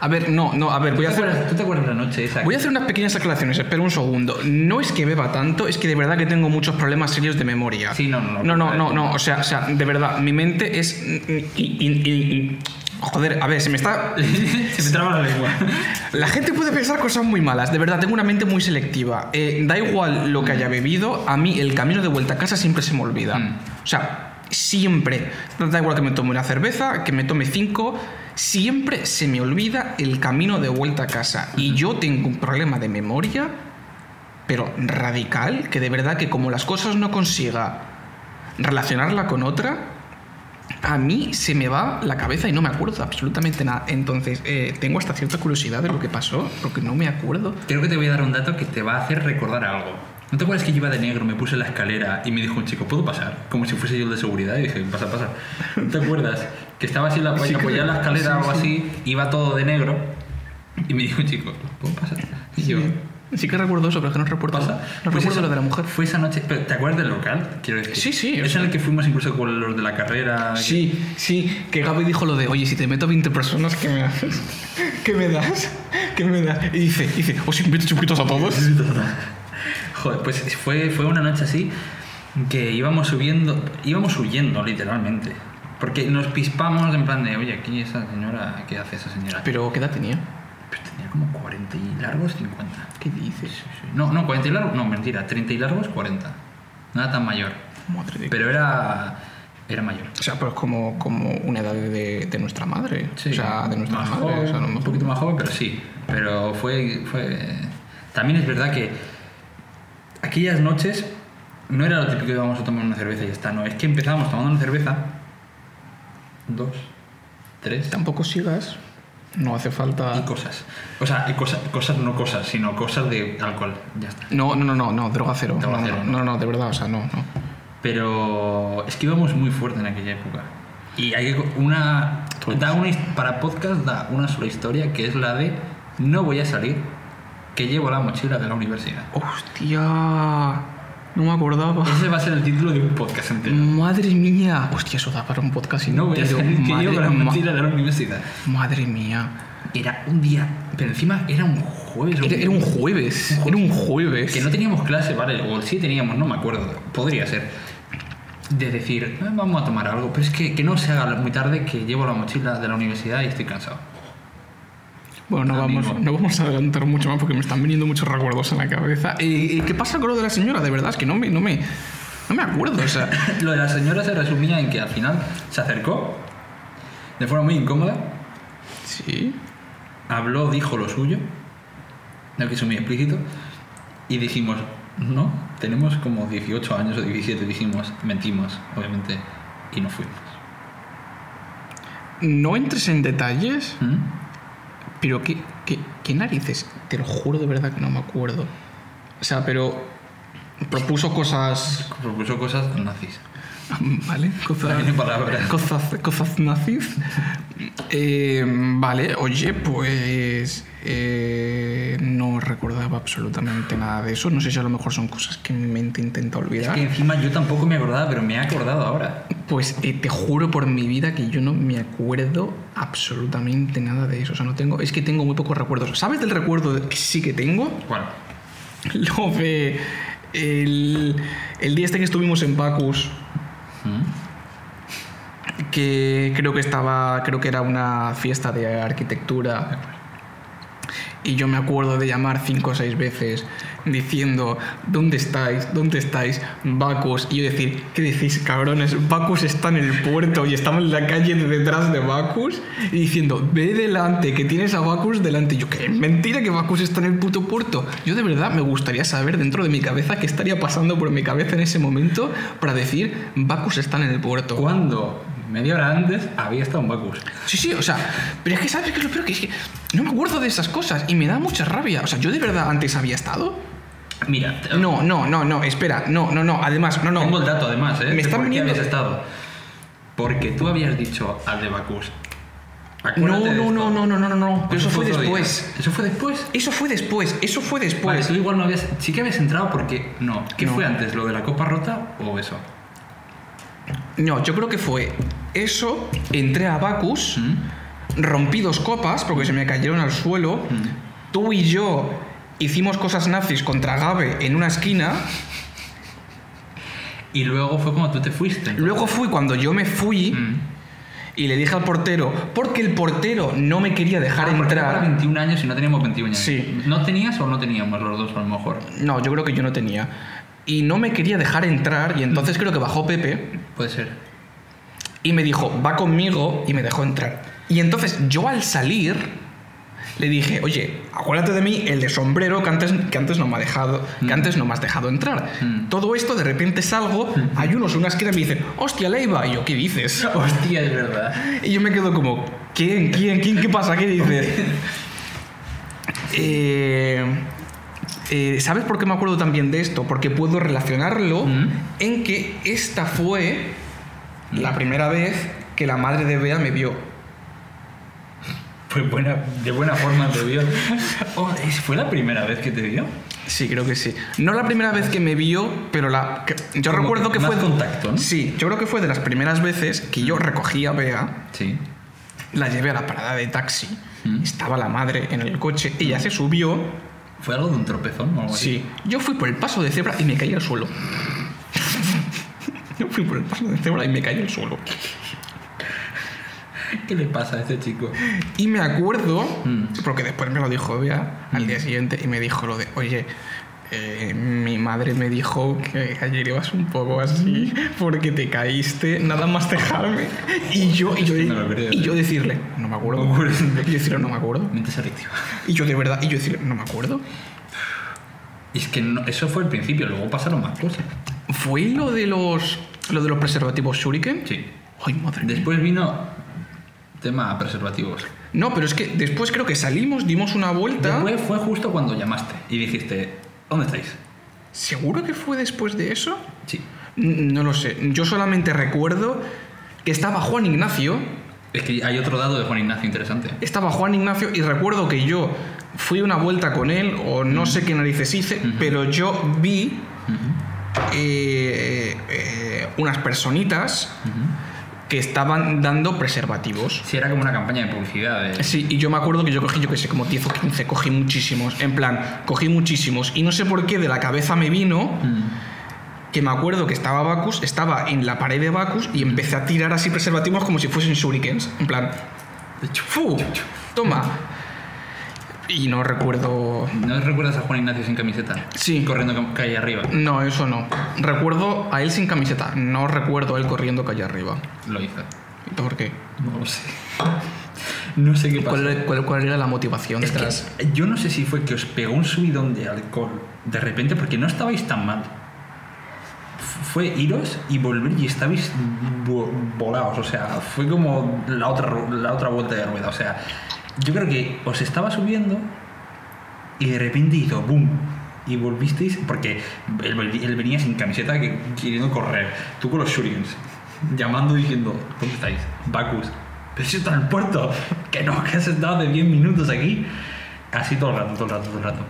Speaker 1: A ver, no, no, a ver, voy a
Speaker 2: ¿Tú te
Speaker 1: hacer...
Speaker 2: acuerdas- ¿Tú te acuerdas la noche esa?
Speaker 1: Voy a hacer unas pequeñas aclaraciones, espera un segundo. No es que beba tanto, es que de verdad que tengo muchos problemas serios de memoria.
Speaker 2: Sí, no, no, no.
Speaker 1: No, no, no, no, o sea, o sea, de verdad, mi mente es... mm, y- y- y- y- mm, joder, a ver, se me está...
Speaker 2: Se me traba la lengua.
Speaker 1: La gente puede pensar cosas muy malas, de verdad, tengo una mente muy selectiva. Eh, da igual lo que haya bebido, a mí el camino de vuelta a casa siempre se me olvida.
Speaker 2: Mm.
Speaker 1: O sea, siempre. Da igual que me tome una cerveza, que me tome cinco, siempre se me olvida el camino de vuelta a casa. Y yo tengo un problema de memoria, pero radical, que de verdad que como las cosas no consiga relacionarla con otra, a mí se me va la cabeza y no me acuerdo absolutamente nada. Entonces, eh, tengo hasta cierta curiosidad de lo que pasó, porque no me acuerdo.
Speaker 2: Creo que te voy a dar un dato que te va a hacer recordar algo. ¿No te acuerdas que yo iba de negro, me puse en la escalera y me dijo un chico, ¿puedo pasar? Como si fuese yo el de seguridad y dije, pasa, pasa. ¿No te acuerdas? Que estaba así en la,
Speaker 1: Sí,
Speaker 2: apoyado en la
Speaker 1: creo.
Speaker 2: escalera o
Speaker 1: Sí,
Speaker 2: algo así, iba todo de negro y me dijo un chico, ¿puedo pasar? Y yo,
Speaker 1: Sí que recuerdo eso, pero es que no recuerdo,
Speaker 2: ¿pasa?
Speaker 1: no
Speaker 2: Pues
Speaker 1: recuerdo
Speaker 2: esa-
Speaker 1: lo de la mujer.
Speaker 2: Fue esa noche, pero ¿te acuerdas del local? Quiero decir.
Speaker 1: Sí, sí, o
Speaker 2: Es
Speaker 1: sea-
Speaker 2: en el que fuimos incluso con los de la carrera.
Speaker 1: Sí, sí, que Gaby dijo lo de, oye, si te meto 20 personas, ¿qué me das? ¿Qué me das? ¿Qué me das? Y dice, dice, "Oh, os invito chupitos a todos.
Speaker 2: Joder, pues fue, fue una noche así que íbamos subiendo, íbamos huyendo literalmente. Porque nos pispamos en plan de, oye, aquí esa señora, ¿qué hace esa señora? Pero,
Speaker 1: Pero, ¿qué edad tenía?
Speaker 2: tenía como 40 y largos, 50.
Speaker 1: ¿Qué dices?
Speaker 2: Sí, sí. No, no, 40 y largos, no, mentira, 30 y largos, 40. Nada tan mayor.
Speaker 1: Madre de...
Speaker 2: Pero era, era mayor.
Speaker 1: o sea, pero es como, como una edad de, de nuestra madre.
Speaker 2: Sí,
Speaker 1: o sea, de nuestra
Speaker 2: más
Speaker 1: madre.
Speaker 2: joven,
Speaker 1: o sea, a lo
Speaker 2: un
Speaker 1: mejor-
Speaker 2: poquito más joven, pero sí. Pero fue, fue. También es verdad que aquellas noches no era lo típico de vamos a tomar una cerveza y ya está, no. Es que empezábamos tomando una cerveza, dos, tres
Speaker 1: Tampoco sigas, no hace
Speaker 2: y
Speaker 1: falta...
Speaker 2: cosas. O sea, y cosa- cosas no cosas, sino cosas de alcohol, ya está.
Speaker 1: No, no, no, no, no, droga cero.
Speaker 2: Droga
Speaker 1: no,
Speaker 2: cero,
Speaker 1: no, no, no, de verdad, o sea, no, no.
Speaker 2: Pero es que íbamos muy fuerte en aquella época. Y hay que. Una, da una his- para podcast da una sola historia que es la de No voy a salir, que llevo la mochila de la universidad.
Speaker 1: Hostia, no me acordaba.
Speaker 2: Ese va a ser el título de un podcast
Speaker 1: Mm,
Speaker 2: entero.
Speaker 1: Madre mía. Hostia, eso da para un podcast y
Speaker 2: No voy a salir, que llevo la
Speaker 1: ma-
Speaker 2: mochila de la universidad.
Speaker 1: madre mía.
Speaker 2: Era un día, pero encima era un jueves. o
Speaker 1: Era, era un jueves, era un jueves.
Speaker 2: Que no teníamos clase, ¿vale? O sí teníamos, no me acuerdo. Podría ser. De decir, "Ah, vamos a tomar algo. Pero es que, que no se haga muy tarde que llevo la mochila de la universidad y estoy cansado.
Speaker 1: Bueno, no
Speaker 2: Amigo.
Speaker 1: vamos, no vamos a adelantar mucho más porque me están viniendo muchos recuerdos en la cabeza. Eh, eh, ¿Qué pasa con lo de la señora? De verdad, es que no me, no me, no me acuerdo. O sea,
Speaker 2: Lo de la señora se resumía en que al final se acercó de forma muy incómoda,
Speaker 1: sí.
Speaker 2: habló, dijo lo suyo, no quiso muy explícito, y dijimos, no, tenemos como 18 años o 17, dijimos, mentimos, obviamente, y no fuimos.
Speaker 1: No entres en detalles,
Speaker 2: ¿Mm?
Speaker 1: pero ¿qué, qué, qué narices? Te lo juro de verdad que no me acuerdo. O sea, pero propuso cosas...
Speaker 2: Propuso cosas nazis.
Speaker 1: ¿Vale? Cosas...
Speaker 2: Tiene palabras.
Speaker 1: Cosas, cosas nazis. Eh, vale, oye, pues eh, no recordaba absolutamente nada de eso. No sé si a lo mejor son cosas que mi mente intenta
Speaker 2: Es
Speaker 1: olvidar.
Speaker 2: que encima yo tampoco me acordaba, pero me he acordado ahora.
Speaker 1: Pues eh, te juro por mi vida que yo no me acuerdo absolutamente nada de eso. O sea, no tengo. Es que tengo muy pocos recuerdos. ¿Sabes del recuerdo de- que sí que tengo?
Speaker 2: Bueno,
Speaker 1: Lo de. El, el día este que estuvimos en Pacus,
Speaker 2: ¿Mm?
Speaker 1: que creo que estaba, creo que era una fiesta de arquitectura. Y yo me acuerdo de llamar cinco o seis veces diciendo, ¿dónde estáis? ¿Dónde estáis? Bacus. Y yo decir, ¿qué decís, cabrones? Bacus está en el puerto y estamos en la calle de detrás de Bacus. Y diciendo, ve delante, que tienes a Bacus delante. Y yo, qué mentira que Bacus está en el puto puerto. Yo de verdad me gustaría saber dentro de mi cabeza qué estaría pasando por mi cabeza en ese momento para decir, Bacus está en el puerto.
Speaker 2: cuando media hora antes había estado en Bacus.
Speaker 1: Sí, sí, o sea, pero es que sabes que lo peor que es que no me acuerdo de esas cosas y me da mucha rabia. O sea, yo de verdad antes había estado.
Speaker 2: Mira, te-
Speaker 1: No, no, no, no, espera, no, no, no, además, no,
Speaker 2: tengo el
Speaker 1: no.
Speaker 2: dato además, ¿eh?
Speaker 1: Me
Speaker 2: de
Speaker 1: están
Speaker 2: por qué
Speaker 1: viniendo-
Speaker 2: habías estado. Porque tú habías dicho al de Bacus.
Speaker 1: No,
Speaker 2: acuérdate de
Speaker 1: no,
Speaker 2: esto.
Speaker 1: no, no, no, no, no, no, eso fue
Speaker 2: otro día.
Speaker 1: después.
Speaker 2: ¿Eso fue después?
Speaker 1: Eso fue después, eso fue
Speaker 2: Vale,
Speaker 1: después.
Speaker 2: tú igual no habías. Sí que habías entrado porque. No. ¿Qué
Speaker 1: No.
Speaker 2: fue antes? ¿Lo de la copa rota o eso?
Speaker 1: No, yo creo que fue eso, entré a Bacus, rompí dos copas porque se me cayeron al suelo, tú y yo hicimos cosas nazis contra Gabe en una esquina.
Speaker 2: Y luego fue cuando tú te fuiste. entonces.
Speaker 1: Luego fui cuando yo me fui
Speaker 2: Mm.
Speaker 1: y le dije al portero, porque el portero no me quería dejar
Speaker 2: Ah, porque era para
Speaker 1: entrar.
Speaker 2: 21 años y no teníamos 21 años.
Speaker 1: Sí.
Speaker 2: ¿No tenías o no teníamos los dos a lo mejor?
Speaker 1: No, yo creo que yo no tenía. Y no me quería dejar entrar y entonces creo que bajó Pepe
Speaker 2: Puede ser.
Speaker 1: y me dijo, va conmigo y me dejó entrar. Y entonces yo al salir le dije, oye, acuérdate de mí, el de sombrero que antes, que antes no me ha dejado, que
Speaker 2: Mm.
Speaker 1: antes no me has dejado entrar.
Speaker 2: Mm.
Speaker 1: Todo esto, de repente salgo, hay unos en una esquina y me dicen, hostia, Leiva, y yo, ¿qué dices?
Speaker 2: Hostia, es verdad.
Speaker 1: Y yo me quedo como, ¿quién, quién, quién, qué pasa, qué dices? Eh, eh, ¿Sabes por qué me acuerdo también de esto? Porque puedo relacionarlo
Speaker 2: Mm.
Speaker 1: en que esta fue la primera vez que la madre de Bea me vio.
Speaker 2: Pues buena, de buena forma te vio. Oh, ¿es- ¿Fue la primera vez que te vio?
Speaker 1: Sí, creo que sí. No la primera vez que me vio, pero la. que- yo
Speaker 2: Como
Speaker 1: recuerdo que
Speaker 2: más
Speaker 1: fue.
Speaker 2: contacto, ¿no?
Speaker 1: Sí, yo creo que fue de las primeras veces que yo recogí a Bea,
Speaker 2: Sí.
Speaker 1: la llevé a la parada de taxi.
Speaker 2: Mm.
Speaker 1: Estaba la madre en el coche, ella se subió.
Speaker 2: ¿Fue algo de un tropezón o algo así?
Speaker 1: Sí. Yo fui por el paso de cebra y me caí al suelo. yo fui por el paso de cebra y me caí al suelo.
Speaker 2: ¿Qué le pasa a este chico?
Speaker 1: Y me acuerdo,
Speaker 2: Mm.
Speaker 1: porque después me lo dijo Bea al día siguiente y me dijo lo de, oye, eh, mi madre me dijo que ayer ibas un poco así porque te caíste, nada más dejarme. Y yo, y yo,
Speaker 2: No lo creo,
Speaker 1: y
Speaker 2: ¿eh?
Speaker 1: yo decirle, no me acuerdo.
Speaker 2: No me acuerdo.
Speaker 1: Y yo decirle, no me acuerdo.
Speaker 2: Mente selectiva.
Speaker 1: Y yo de verdad, y yo decirle, no me acuerdo.
Speaker 2: Y es que no- eso fue el principio, luego pasaron más cosas.
Speaker 1: ¿Fue lo de los, lo de los preservativos Shuriken?
Speaker 2: Sí.
Speaker 1: Ay, madre mía.
Speaker 2: Después vino tema preservativos.
Speaker 1: No, pero es que después creo que salimos, dimos una vuelta.
Speaker 2: Después fue justo cuando llamaste y dijiste, ¿dónde estáis?
Speaker 1: ¿Seguro que fue después de eso?
Speaker 2: Sí.
Speaker 1: N- No lo sé. Yo solamente recuerdo que estaba Juan Ignacio.
Speaker 2: Es que hay otro dado de Juan Ignacio interesante.
Speaker 1: Estaba Juan Ignacio y recuerdo que yo fui una vuelta con él o no sé qué narices hice, pero yo vi eh, eh, unas personitas que estaban dando preservativos.
Speaker 2: Sí, era como una campaña de publicidad. de-
Speaker 1: Sí, y yo me acuerdo que yo cogí, yo qué sé, como 10 o 15, cogí muchísimos. En plan, cogí muchísimos. Y no sé por qué de la cabeza me vino
Speaker 2: Mm.
Speaker 1: que me acuerdo que estaba Bacus, estaba en la pared de Bacus y empecé a tirar así preservativos como si fuesen shurikens. En plan, ¡fu! ¡Toma! Y no recuerdo.
Speaker 2: ¿No recuerdas a Juan Ignacio sin camiseta?
Speaker 1: Sí.
Speaker 2: Corriendo cam- calle arriba.
Speaker 1: No, eso no. Recuerdo a él sin camiseta. No recuerdo a él corriendo calle arriba.
Speaker 2: Lo hizo.
Speaker 1: ¿Por qué?
Speaker 2: No lo sé. No sé qué pasó.
Speaker 1: ¿Cuál era, cuál- cuál era la motivación
Speaker 2: Es que
Speaker 1: detrás?
Speaker 2: yo no sé si fue que os pegó un subidón de alcohol de repente porque no estabais tan mal. F- Fue iros y volver y estabais vo- volados. O sea, fue como la otra, ru- la otra vuelta de rueda. O sea, yo creo que os estaba subiendo y de repente hizo boom. Y volvisteis porque él, volvi- él venía sin camiseta que, queriendo correr. Tú con los shurikens. Llamando y diciendo, ¿dónde estáis? Bacus. Pero si está en el puerto. Que no, que has estado de 10 minutos aquí. Así todo el rato, todo el rato, todo el rato.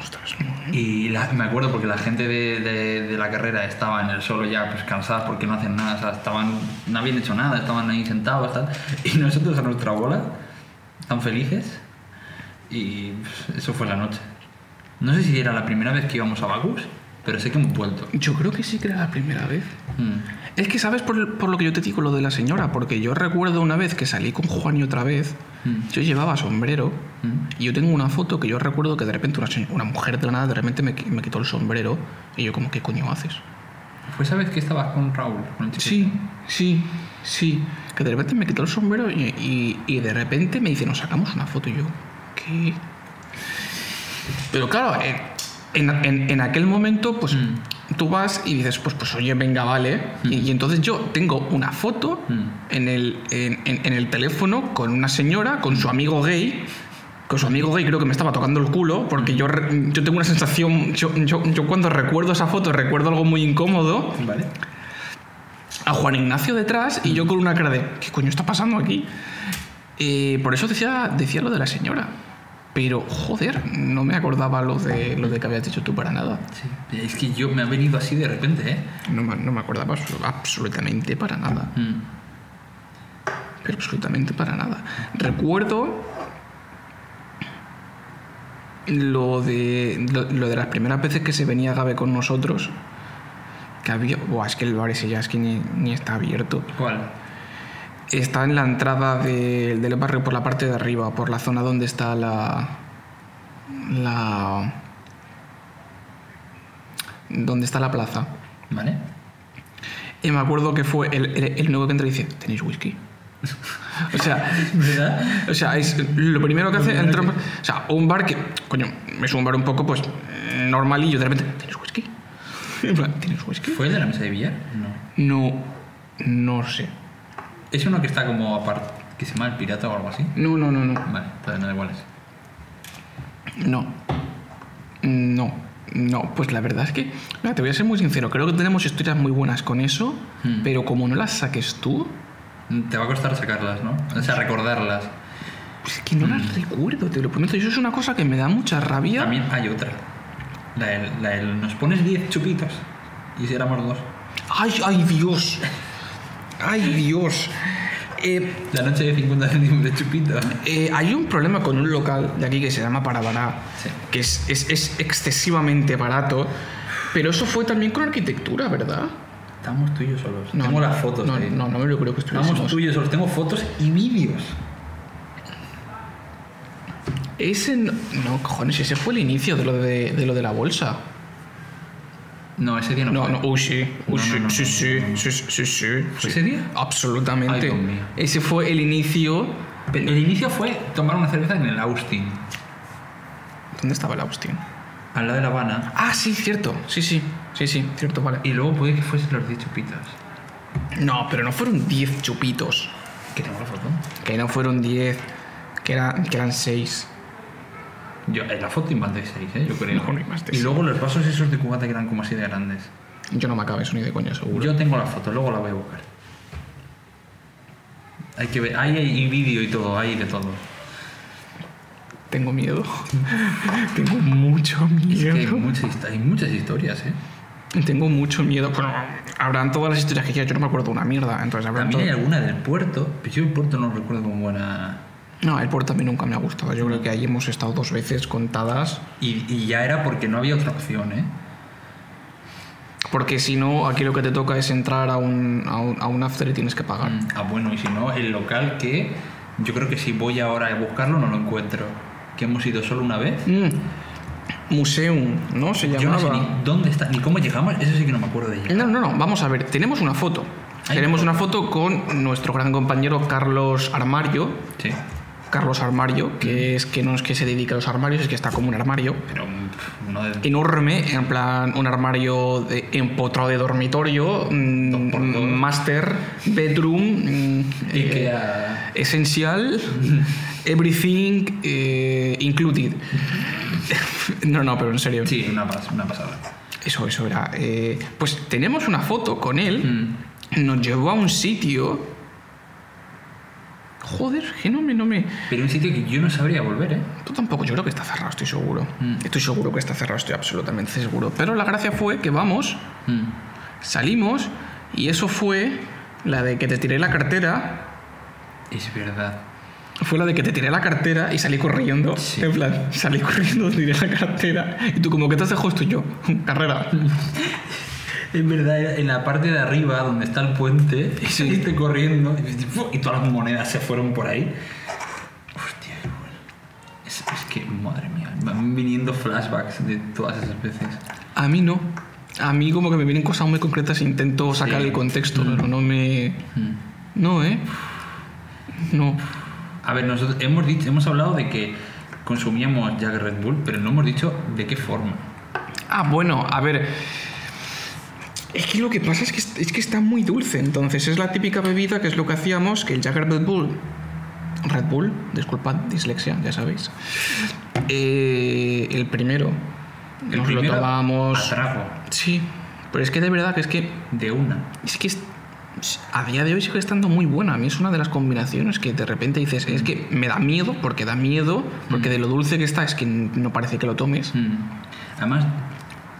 Speaker 1: Ostras, no.
Speaker 2: Y la- me acuerdo porque la gente de, de- de la carrera estaba en el suelo ya pues cansadas porque no hacen nada. O sea, estaban, no habían hecho nada, estaban ahí sentados. Tal. Y nosotros a nuestra bola, tan felices. Y pues, eso fue la noche. No sé si era la primera vez que íbamos a Bacus, pero sé que hemos vuelto.
Speaker 1: Yo creo que sí que era la primera vez.
Speaker 2: Mm.
Speaker 1: Es que sabes por, el- por lo que yo te digo lo de la señora, porque yo recuerdo una vez que salí con Juan y otra vez,
Speaker 2: Mm.
Speaker 1: yo llevaba sombrero
Speaker 2: Mm.
Speaker 1: y yo tengo una foto que yo recuerdo que de repente una, señ- una mujer de la nada de repente me, qui- me quitó el sombrero y yo como, ¿qué coño haces?
Speaker 2: ¿Fue esa vez que estabas con Raúl? Con el chico?
Speaker 1: Sí, sí, sí, que de repente me quitó el sombrero y, y- y de repente me dice, nos sacamos una foto y yo, ¿qué? Pero claro, eh, en, en- en aquel momento pues... Tú vas y dices, pues, pues oye, venga, vale. Y, y entonces yo tengo una foto
Speaker 2: Mm.
Speaker 1: en el, en, en- en el teléfono con una señora, con su amigo gay, que su amigo gay creo que me estaba tocando el culo, porque yo, re- yo tengo una sensación, yo, yo- yo cuando recuerdo esa foto recuerdo algo muy incómodo,
Speaker 2: Vale.
Speaker 1: a Juan Ignacio detrás y yo con una cara de, ¿qué coño está pasando aquí? Eh, por eso decía, decía lo de la señora. Pero, joder, no me acordaba lo de, lo de que habías dicho tú para nada.
Speaker 2: Sí. Es que yo me ha venido así de repente, ¿eh?
Speaker 1: No me, no me acordaba abs- absolutamente para nada.
Speaker 2: Mm.
Speaker 1: pero absolutamente para nada. Recuerdo lo de, lo, lo de las primeras veces que se venía Gabe con nosotros, que había... Buah, es que el bar ese ya es que ni, ni está abierto.
Speaker 2: ¿Cuál?
Speaker 1: Está en la entrada de- del barrio por la parte de arriba, por la zona donde está la... La... Donde está la plaza.
Speaker 2: ¿Vale?
Speaker 1: Y me acuerdo que fue el, el, el nuevo que entró y dice, ¿tenéis whisky? O sea,
Speaker 2: ¿Verdad?
Speaker 1: o sea, es lo primero que hace entrar. O sea, un bar que, coño, es un bar un poco, pues, normalillo. De repente, ¿tienes whisky? En plan, ¿tienes whisky?
Speaker 2: ¿Fue el de la mesa de billar? No.
Speaker 1: No, no sé.
Speaker 2: ¿Es uno que está como aparte, que se llama el pirata o algo así?
Speaker 1: No, no, no, no.
Speaker 2: Vale, entonces no da igual es.
Speaker 1: No. No. No, pues la verdad es que, mira, te voy a ser muy sincero, creo que tenemos historias muy buenas con eso,
Speaker 2: Hmm.
Speaker 1: pero como no las saques tú,
Speaker 2: Te va a costar sacarlas, ¿no? O sea, recordarlas.
Speaker 1: pues es que no las recuerdo, te lo prometo. Eso es una cosa que me da mucha rabia.
Speaker 2: También hay otra. La del, la del, nos pones 10 chupitos. Y si éramos dos.
Speaker 1: ¡Ay, ay, Dios! ¡Ay, Dios! Eh,
Speaker 2: La noche de 50 céntimos de chupito.
Speaker 1: eh, hay un problema con un local de aquí que se llama Parabará,
Speaker 2: Sí.
Speaker 1: que es, es- es excesivamente barato, pero eso fue también con arquitectura, ¿verdad?
Speaker 2: Estamos tú y yo solos.
Speaker 1: No,
Speaker 2: Tengo
Speaker 1: no,
Speaker 2: las fotos.
Speaker 1: No,
Speaker 2: ahí.
Speaker 1: no, no me lo creo que estuviésemos.
Speaker 2: Estamos tú y yo solos. Tengo fotos y vídeos.
Speaker 1: Ese no, no, cojones, ese fue el inicio de lo de, de lo de la bolsa.
Speaker 2: No, ese día no.
Speaker 1: No,
Speaker 2: fue.
Speaker 1: no, uy, sí, uy,
Speaker 2: No, no,
Speaker 1: sí,
Speaker 2: no, no,
Speaker 1: sí,
Speaker 2: no,
Speaker 1: sí,
Speaker 2: no, no.
Speaker 1: sí, sí, sí, sí.
Speaker 2: ese día? Ay,
Speaker 1: Absolutamente.
Speaker 2: Dios mío.
Speaker 1: ese fue el inicio.
Speaker 2: Pero El inicio fue tomar una cerveza en el Austin,
Speaker 1: ¿Dónde estaba el Austin?
Speaker 2: al lado de La Habana.
Speaker 1: Ah, sí, cierto. Sí, sí, sí, sí, cierto, vale.
Speaker 2: Y luego puede que fuesen los 10 chupitos.
Speaker 1: No, pero no fueron 10 chupitos.
Speaker 2: ¿Que tengo la foto?
Speaker 1: Que no fueron 10, que, era- que eran 6.
Speaker 2: Yo, en la foto inventé 6, ¿eh? yo creo.
Speaker 1: No, no hay más de
Speaker 2: y
Speaker 1: seis.
Speaker 2: luego los vasos esos de cubata que eran como así de grandes.
Speaker 1: Yo no me acabé eso ni de coño, seguro.
Speaker 2: Yo tengo la foto, luego la voy a buscar. Hay que ver, ahí hay y vídeo y todo, hay de todo.
Speaker 1: Tengo miedo. Tengo mucho
Speaker 2: Es que
Speaker 1: miedo.
Speaker 2: hay muchas, histo- hay muchas historias, ¿eh?
Speaker 1: Tengo mucho miedo. Bueno, habrán todas las historias que quieras. Yo no me acuerdo una mierda. Entonces habrán
Speaker 2: También hay
Speaker 1: todo-
Speaker 2: alguna del puerto, pero yo el puerto no lo recuerdo como buena...
Speaker 1: No, el puerto también nunca me ha gustado. Yo creo que ahí hemos estado dos veces contadas.
Speaker 2: Y, y ya era porque no había otra opción, ¿eh?
Speaker 1: Porque si no, aquí lo que te toca es entrar a un, a un, a un after y tienes que pagar.
Speaker 2: Mm, Ah, bueno, y si no, el local que yo creo que si voy ahora a buscarlo no lo encuentro. Que hemos ido solo una vez.
Speaker 1: Mm. Museum, ¿no? Se
Speaker 2: Yo no
Speaker 1: llamaba.
Speaker 2: sé ni dónde está, ni cómo llegamos, eso sí que no me acuerdo de ella.
Speaker 1: No, no, no, vamos a ver, tenemos una foto.
Speaker 2: Hay
Speaker 1: Tenemos una foto con nuestro gran compañero Carlos Armario.
Speaker 2: Sí,
Speaker 1: Carlos Armario, que es que no es que se dedique a los armarios, es que está como un armario.
Speaker 2: pero mm, pf, no de...
Speaker 1: Enorme, en plan un armario de, empotrado de dormitorio, mm,
Speaker 2: Dos por dos.
Speaker 1: master, bedroom, mm, eh,
Speaker 2: Ikea.
Speaker 1: esencial, everything eh, included. no, no, pero en serio.
Speaker 2: Sí, una, pas- una pasada.
Speaker 1: Eso, eso era. eh, pues tenemos una foto con él.
Speaker 2: Mm.
Speaker 1: nos llevó a un sitio. Joder, que no me, no me.
Speaker 2: Pero un sitio que yo no sabría volver, ¿eh?
Speaker 1: Tú tampoco, yo creo que está cerrado, estoy seguro.
Speaker 2: Mm.
Speaker 1: Estoy seguro que está cerrado, estoy absolutamente seguro. Pero la gracia fue que vamos,
Speaker 2: Mm.
Speaker 1: salimos, y eso fue la de que te tiré la cartera.
Speaker 2: Es verdad.
Speaker 1: Fue la de que te tiré la cartera y salí corriendo.
Speaker 2: Sí.
Speaker 1: En plan, salí corriendo, tiré la cartera. Y tú, como que te has dejado esto Y yo. Carrera.
Speaker 2: Es verdad, era en la parte de arriba donde está el puente, y seguiste corriendo y, ¡fu! y todas las monedas se fueron por ahí. Hostia, qué bueno. Es, es que, madre mía, van viniendo flashbacks de todas esas veces.
Speaker 1: A mí no. A mí, como que me vienen cosas muy concretas e intento sacar
Speaker 2: Sí.
Speaker 1: el contexto, pero no me.
Speaker 2: Mm.
Speaker 1: No, ¿eh? No.
Speaker 2: A ver, nosotros hemos, dicho, hemos hablado de que consumíamos Jack Red Bull, pero no hemos dicho de qué forma.
Speaker 1: Ah, bueno, a ver. Es que lo que pasa es que, es es que está muy dulce, entonces es la típica bebida que es lo que hacíamos, que el Jagger Red Bull. Red Bull, disculpad, dislexia, ya sabéis. Eh, el primero.
Speaker 2: El
Speaker 1: nos
Speaker 2: primero,
Speaker 1: lo
Speaker 2: Ah. A
Speaker 1: tomábamos.
Speaker 2: trago,
Speaker 1: Sí, pero es que de verdad que es que.
Speaker 2: de una.
Speaker 1: Es que es- a día de hoy sigue estando muy buena. A mí es una de las combinaciones que de repente dices, es que me da miedo, porque da miedo, porque de lo dulce que está es que no parece que lo tomes.
Speaker 2: Mm. Además,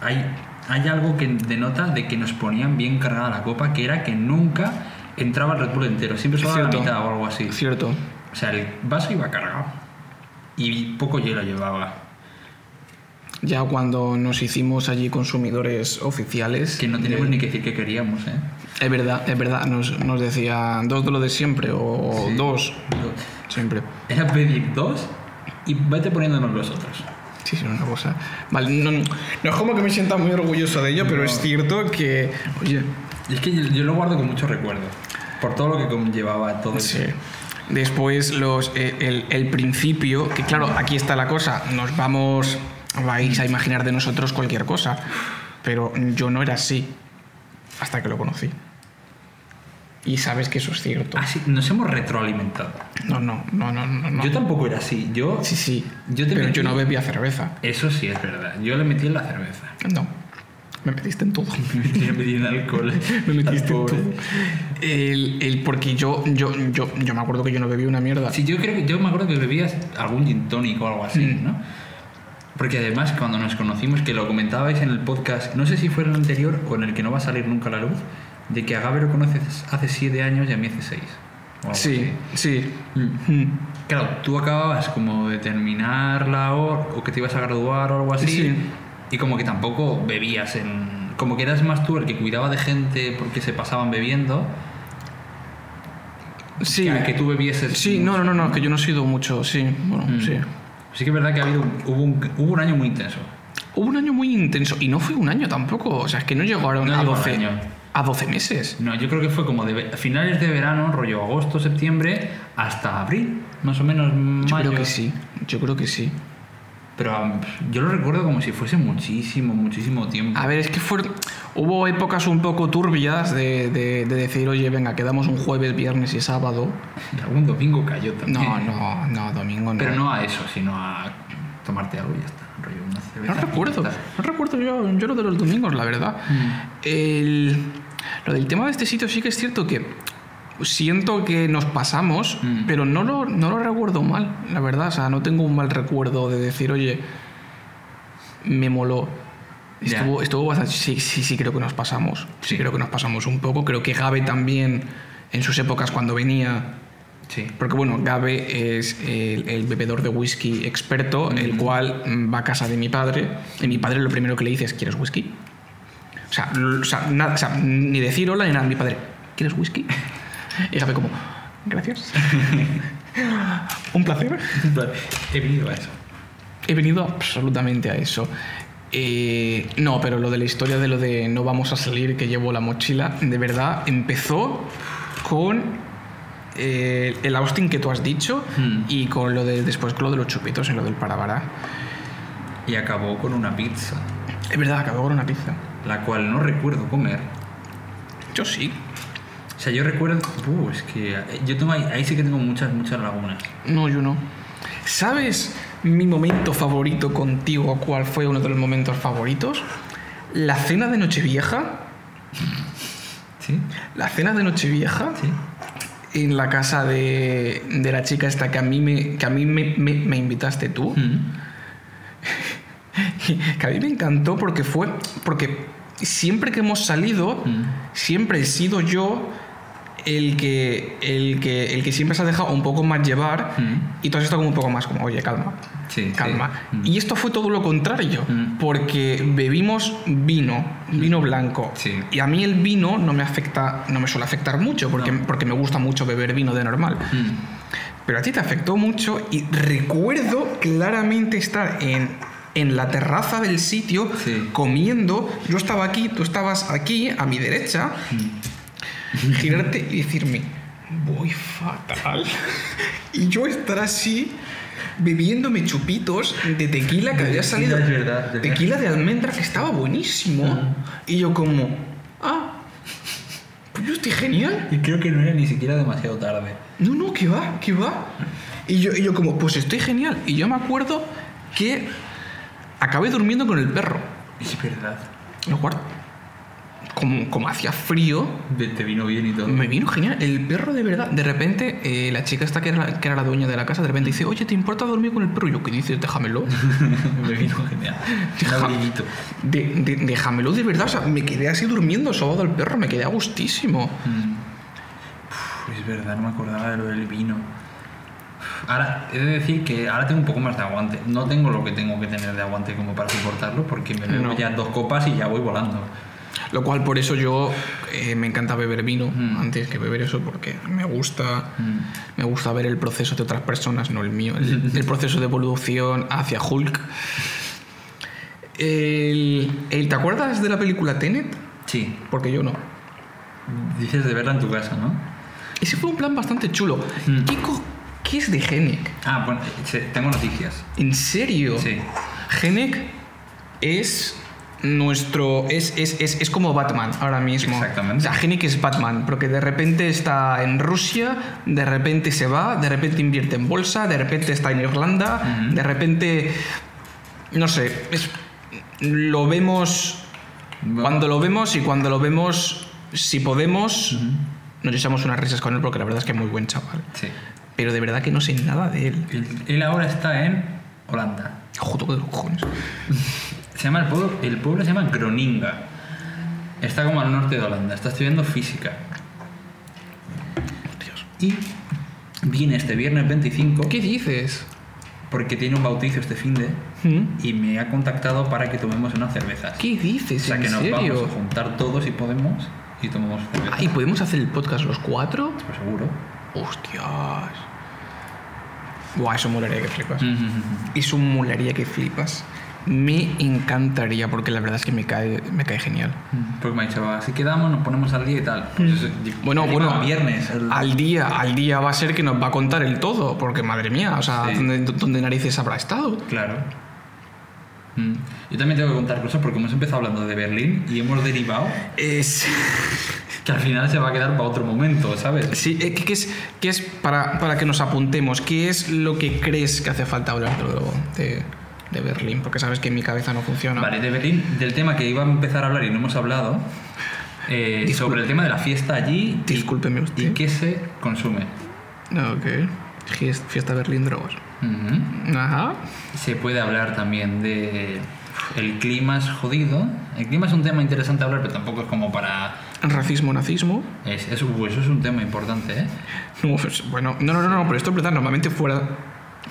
Speaker 2: hay, hay algo que denota de que nos ponían bien cargada la copa, que era que nunca entraba el Red Bull entero, siempre solo a la
Speaker 1: Cierto.
Speaker 2: mitad o algo así.
Speaker 1: Cierto.
Speaker 2: O sea, el vaso iba cargado y poco hielo llevaba.
Speaker 1: Ya cuando nos hicimos allí consumidores oficiales. eh,
Speaker 2: Es que no tenemos ni que decir que queríamos, ¿eh?
Speaker 1: Es verdad, es verdad. Nos, nos decían dos de lo de siempre o
Speaker 2: Sí.
Speaker 1: dos
Speaker 2: Lo-
Speaker 1: siempre.
Speaker 2: Era pedir dos y vete poniéndonos los otros.
Speaker 1: Sí, sí, una cosa. Vale, no, no es como que me sienta muy orgulloso de ello, pero es cierto que. Oye,
Speaker 2: Y es que yo, yo lo guardo con mucho recuerdo, por todo lo que conllevaba todo. eso.
Speaker 1: sí. Pues Después los, eh, el, el principio, que claro, aquí está la cosa, nos vamos, vais a imaginar de nosotros cualquier cosa, pero yo no era así hasta que lo conocí. Y sabes que eso es cierto.
Speaker 2: Ah, sí, nos hemos retroalimentado.
Speaker 1: No, no, no, no, no. no.
Speaker 2: Yo tampoco era así. Yo.
Speaker 1: Sí, sí.
Speaker 2: Yo te
Speaker 1: pero
Speaker 2: metí-
Speaker 1: yo no bebía cerveza.
Speaker 2: Eso sí es verdad. Yo le metí en la cerveza.
Speaker 1: No. Me metiste en todo.
Speaker 2: Me metí- me metí en alcohol.
Speaker 1: Me metiste en
Speaker 2: Pobre.
Speaker 1: todo. El, el- porque yo, yo, yo, yo me acuerdo que yo no bebí una mierda.
Speaker 2: Sí, yo creo que yo me acuerdo que bebías algún gin tónico o algo así,
Speaker 1: Mm.
Speaker 2: ¿no? Porque además cuando nos conocimos, que lo comentabais en el podcast, no sé si fue en el anterior o en el que no va a salir nunca a la luz, de que a Gabe lo conoces hace 7 años y a mí hace 6.
Speaker 1: Sí, sí. Mm.
Speaker 2: Claro, tú acababas como de terminar la hora o que te ibas a graduar o algo así.
Speaker 1: Sí.
Speaker 2: Y como que tampoco bebías en... Como que eras más tú el que cuidaba de gente porque se pasaban bebiendo.
Speaker 1: Sí.
Speaker 2: que a que tú bebieses...
Speaker 1: Sí, no, no, no, no, que yo no he sido mucho, sí, bueno,
Speaker 2: Mm.
Speaker 1: sí.
Speaker 2: Sí que es verdad que ha habido, un- hubo, un, hubo un año muy intenso.
Speaker 1: Hubo un año muy intenso y no fue un año tampoco, o sea, es que no llegó a,
Speaker 2: No
Speaker 1: a
Speaker 2: llegó al
Speaker 1: 12
Speaker 2: año.
Speaker 1: a 12 meses.
Speaker 2: No, yo creo que fue como de ve- finales de verano, rollo agosto, septiembre, hasta abril, más o menos
Speaker 1: Yo
Speaker 2: mayo.
Speaker 1: creo que sí, yo creo que sí.
Speaker 2: Pero um, yo lo recuerdo como si fuese muchísimo, muchísimo tiempo.
Speaker 1: A ver, es que fueron- hubo épocas un poco turbias de, de- de decir, oye, venga, quedamos un jueves, viernes y sábado.
Speaker 2: Y algún domingo cayó también.
Speaker 1: No, no, no, domingo no.
Speaker 2: Pero no a eso, sino a tomarte algo y ya está. Rollo una cerveza.
Speaker 1: No recuerdo,
Speaker 2: y ya está.
Speaker 1: no recuerdo yo, yo lo de los domingos, la verdad.
Speaker 2: Mm.
Speaker 1: El- lo del tema de este sitio sí que es cierto que siento que nos pasamos,
Speaker 2: Mm.
Speaker 1: pero no lo, no lo recuerdo mal, la verdad. O sea, no tengo un mal recuerdo de decir, oye, me moló.
Speaker 2: Ya.
Speaker 1: Estuvo, estuvo bastante... Sí, sí, sí, creo que nos pasamos. Sí,
Speaker 2: Sí.
Speaker 1: creo que nos pasamos un poco. Creo que Gabe también, en sus épocas cuando venía,
Speaker 2: Sí.
Speaker 1: porque bueno, Gabe es el, el bebedor de whisky experto, el cual mm, va a casa de mi padre. Y mi padre lo primero que le dice es, ¿quieres whisky? O sea, l- o sea, nada- o sea, ni decir hola ni nada. Mi padre, ¿quieres whisky? Y Gabe como, gracias. Un placer.
Speaker 2: He venido a eso.
Speaker 1: He venido absolutamente a eso. Eh, no, pero lo de la historia de lo de no vamos a salir, que llevo la mochila, de verdad empezó con eh, el Austin que tú has dicho
Speaker 2: Hmm.
Speaker 1: y con lo de después con lo de los chupitos y lo del parabará.
Speaker 2: Y acabó con una pizza,
Speaker 1: Es verdad, acabó con una pizza.
Speaker 2: la cual no recuerdo comer.
Speaker 1: Yo sí.
Speaker 2: O sea, yo recuerdo. Uh, es que eh, yo tengo ahí, ahí sí que tengo muchas, muchas lagunas.
Speaker 1: No, yo no. ¿Sabes mi momento favorito contigo? ¿Cuál fue uno de los momentos favoritos? La cena de Nochevieja.
Speaker 2: ¿Sí?
Speaker 1: La cena de Nochevieja.
Speaker 2: Sí.
Speaker 1: en la casa de, de la chica esta que a mí me, que a mí me, me- me invitaste tú,
Speaker 2: Mm.
Speaker 1: que a mí me encantó porque fue, porque siempre que hemos salido,
Speaker 2: Mm.
Speaker 1: siempre he sido yo el que, el que, el que siempre se ha dejado un poco más llevar
Speaker 2: Mm.
Speaker 1: y tú has estado como un poco más como, oye, calma,
Speaker 2: Sí, sí.
Speaker 1: calma.
Speaker 2: Mm.
Speaker 1: Y esto fue todo lo contrario,
Speaker 2: Mm.
Speaker 1: porque bebimos vino, vino blanco.
Speaker 2: Sí.
Speaker 1: Y a mí el vino no me afecta, no me suele afectar mucho, porque,
Speaker 2: No.
Speaker 1: porque me gusta mucho beber vino de normal.
Speaker 2: Mm.
Speaker 1: Pero a ti te afectó mucho y recuerdo claramente estar en, en la terraza del sitio
Speaker 2: Sí.
Speaker 1: comiendo. Yo estaba aquí, tú estabas aquí, a mi derecha,
Speaker 2: Mm.
Speaker 1: girarte y decirme, voy fatal. y yo estar así bebiéndome chupitos de tequila que
Speaker 2: De
Speaker 1: había
Speaker 2: tequila,
Speaker 1: salido.
Speaker 2: es verdad, de verdad.
Speaker 1: tequila de almendra que estaba buenísimo.
Speaker 2: Ajá.
Speaker 1: Y yo como, ah, pues yo estoy genial.
Speaker 2: Y creo que no era ni siquiera demasiado tarde.
Speaker 1: No, no, que va, que va. Y yo, y yo como, pues estoy genial. Y yo me acuerdo que acabé durmiendo con el perro.
Speaker 2: Es verdad.
Speaker 1: Lo cual, como, como hacía frío,
Speaker 2: Te, te vino bien y todo.
Speaker 1: me vino genial. El perro de verdad. De repente, eh, la chica esta que era, la- que era la dueña de la casa, de repente dice, oye, ¿te importa dormir con el perro? Y yo, ¿qué dices? Déjamelo.
Speaker 2: me vino genial. Un
Speaker 1: Deja-
Speaker 2: abriguito.
Speaker 1: De, de- déjamelo de verdad. O sea, me quedé así durmiendo sobado al perro. Me quedé a gustísimo.
Speaker 2: Mm. Uf, Es verdad, no me acordaba de lo del vino. Uf, Ahora, he de decir que ahora tengo un poco más de aguante. No tengo lo que tengo que tener de aguante como para soportarlo, porque me bebo
Speaker 1: No.
Speaker 2: ya dos copas y ya voy volando.
Speaker 1: Lo cual, por eso yo eh, me encanta beber vino
Speaker 2: Mm.
Speaker 1: antes que beber eso, porque me gusta...
Speaker 2: Mm.
Speaker 1: Me gusta ver el proceso de otras personas, no el mío. El, el proceso de evolución hacia Hulk. El- el- ¿Te acuerdas de la película Tenet?
Speaker 2: Sí,
Speaker 1: Porque yo no.
Speaker 2: dices de verla en tu casa, ¿no?
Speaker 1: Ese fue un plan bastante chulo.
Speaker 2: Mm.
Speaker 1: ¿Qué, co- qué es de Genek?
Speaker 2: Ah, bueno, sí, tengo noticias.
Speaker 1: ¿En serio?
Speaker 2: Sí.
Speaker 1: Genek es nuestro. Es, es, es, es como Batman ahora mismo.
Speaker 2: Exactamente.
Speaker 1: O sea, Genek es Batman, porque de repente está en Rusia, de repente se va, de repente invierte en bolsa, de repente está en Irlanda,
Speaker 2: Ujú.
Speaker 1: de repente. No sé. es- lo vemos.
Speaker 2: Bueno.
Speaker 1: Cuando lo vemos y cuando lo vemos, si podemos, nos echamos unas risas con él, porque la verdad es que es muy buen chaval.
Speaker 2: Sí.
Speaker 1: Pero de verdad que no sé nada de él.
Speaker 2: Él, él ahora está en Holanda.
Speaker 1: Joder, de los cojones.
Speaker 2: Se llama el pueblo, el pueblo se llama Groninga. Está como al norte de Holanda. Está estudiando física.
Speaker 1: Dios.
Speaker 2: Y viene este viernes 25
Speaker 1: ¿Qué dices?
Speaker 2: porque tiene un bautizo este fin de
Speaker 1: ¿Mm?
Speaker 2: y me ha contactado para que tomemos unas cervezas.
Speaker 1: ¿Qué dices?
Speaker 2: O sea
Speaker 1: ¿En
Speaker 2: que nos
Speaker 1: serio?
Speaker 2: vamos a juntar todos si podemos y tomamos cervezas.
Speaker 1: Ah, ¿Y podemos hacer el podcast los cuatro?
Speaker 2: Pues seguro.
Speaker 1: Hostias. Buah, eso molaría que
Speaker 2: Mm.
Speaker 1: flipas. Eso molaría que flipas. Me encantaría porque la verdad es que me cae, me cae genial.
Speaker 2: Pues me ha dicho, así quedamos, nos ponemos al día y tal. Pues eso,
Speaker 1: Mm. Bueno,
Speaker 2: encima
Speaker 1: bueno, Ah,
Speaker 2: Viernes. el-
Speaker 1: Al día, al día va a ser que nos va a contar el todo, porque madre mía, o sea,
Speaker 2: Sí.
Speaker 1: ¿dónde, dónde narices habrá estado?
Speaker 2: Claro. Mm. Yo también tengo que contar cosas porque hemos empezado hablando de Berlín y hemos derivado
Speaker 1: Es...
Speaker 2: que al final se va a quedar para otro momento, ¿sabes?
Speaker 1: Sí, eh, ¿qué, qué es, qué es para, para que nos apuntemos? ¿Qué es lo que crees que hace falta hablar de, lo- de, de Berlín? Porque sabes que mi cabeza no funciona.
Speaker 2: Vale, de Berlín, del tema que iba a empezar a hablar y no hemos hablado, eh,
Speaker 1: Disculpe.
Speaker 2: sobre el tema de la fiesta allí y-
Speaker 1: Discúlpeme
Speaker 2: y,
Speaker 1: usted.
Speaker 2: qué se consume.
Speaker 1: Ah, Ok. Gies- Fiesta Berlín Drogas.
Speaker 2: Ujú.
Speaker 1: Ajá.
Speaker 2: Se puede hablar también de... El clima es jodido. El clima es un tema interesante a hablar, pero tampoco es como para...
Speaker 1: Racismo, nazismo.
Speaker 2: Es, es- uh, eso es un tema importante, ¿eh?
Speaker 1: No, pues, bueno, no, no, no, no, pero esto es verdad. Normalmente fuera.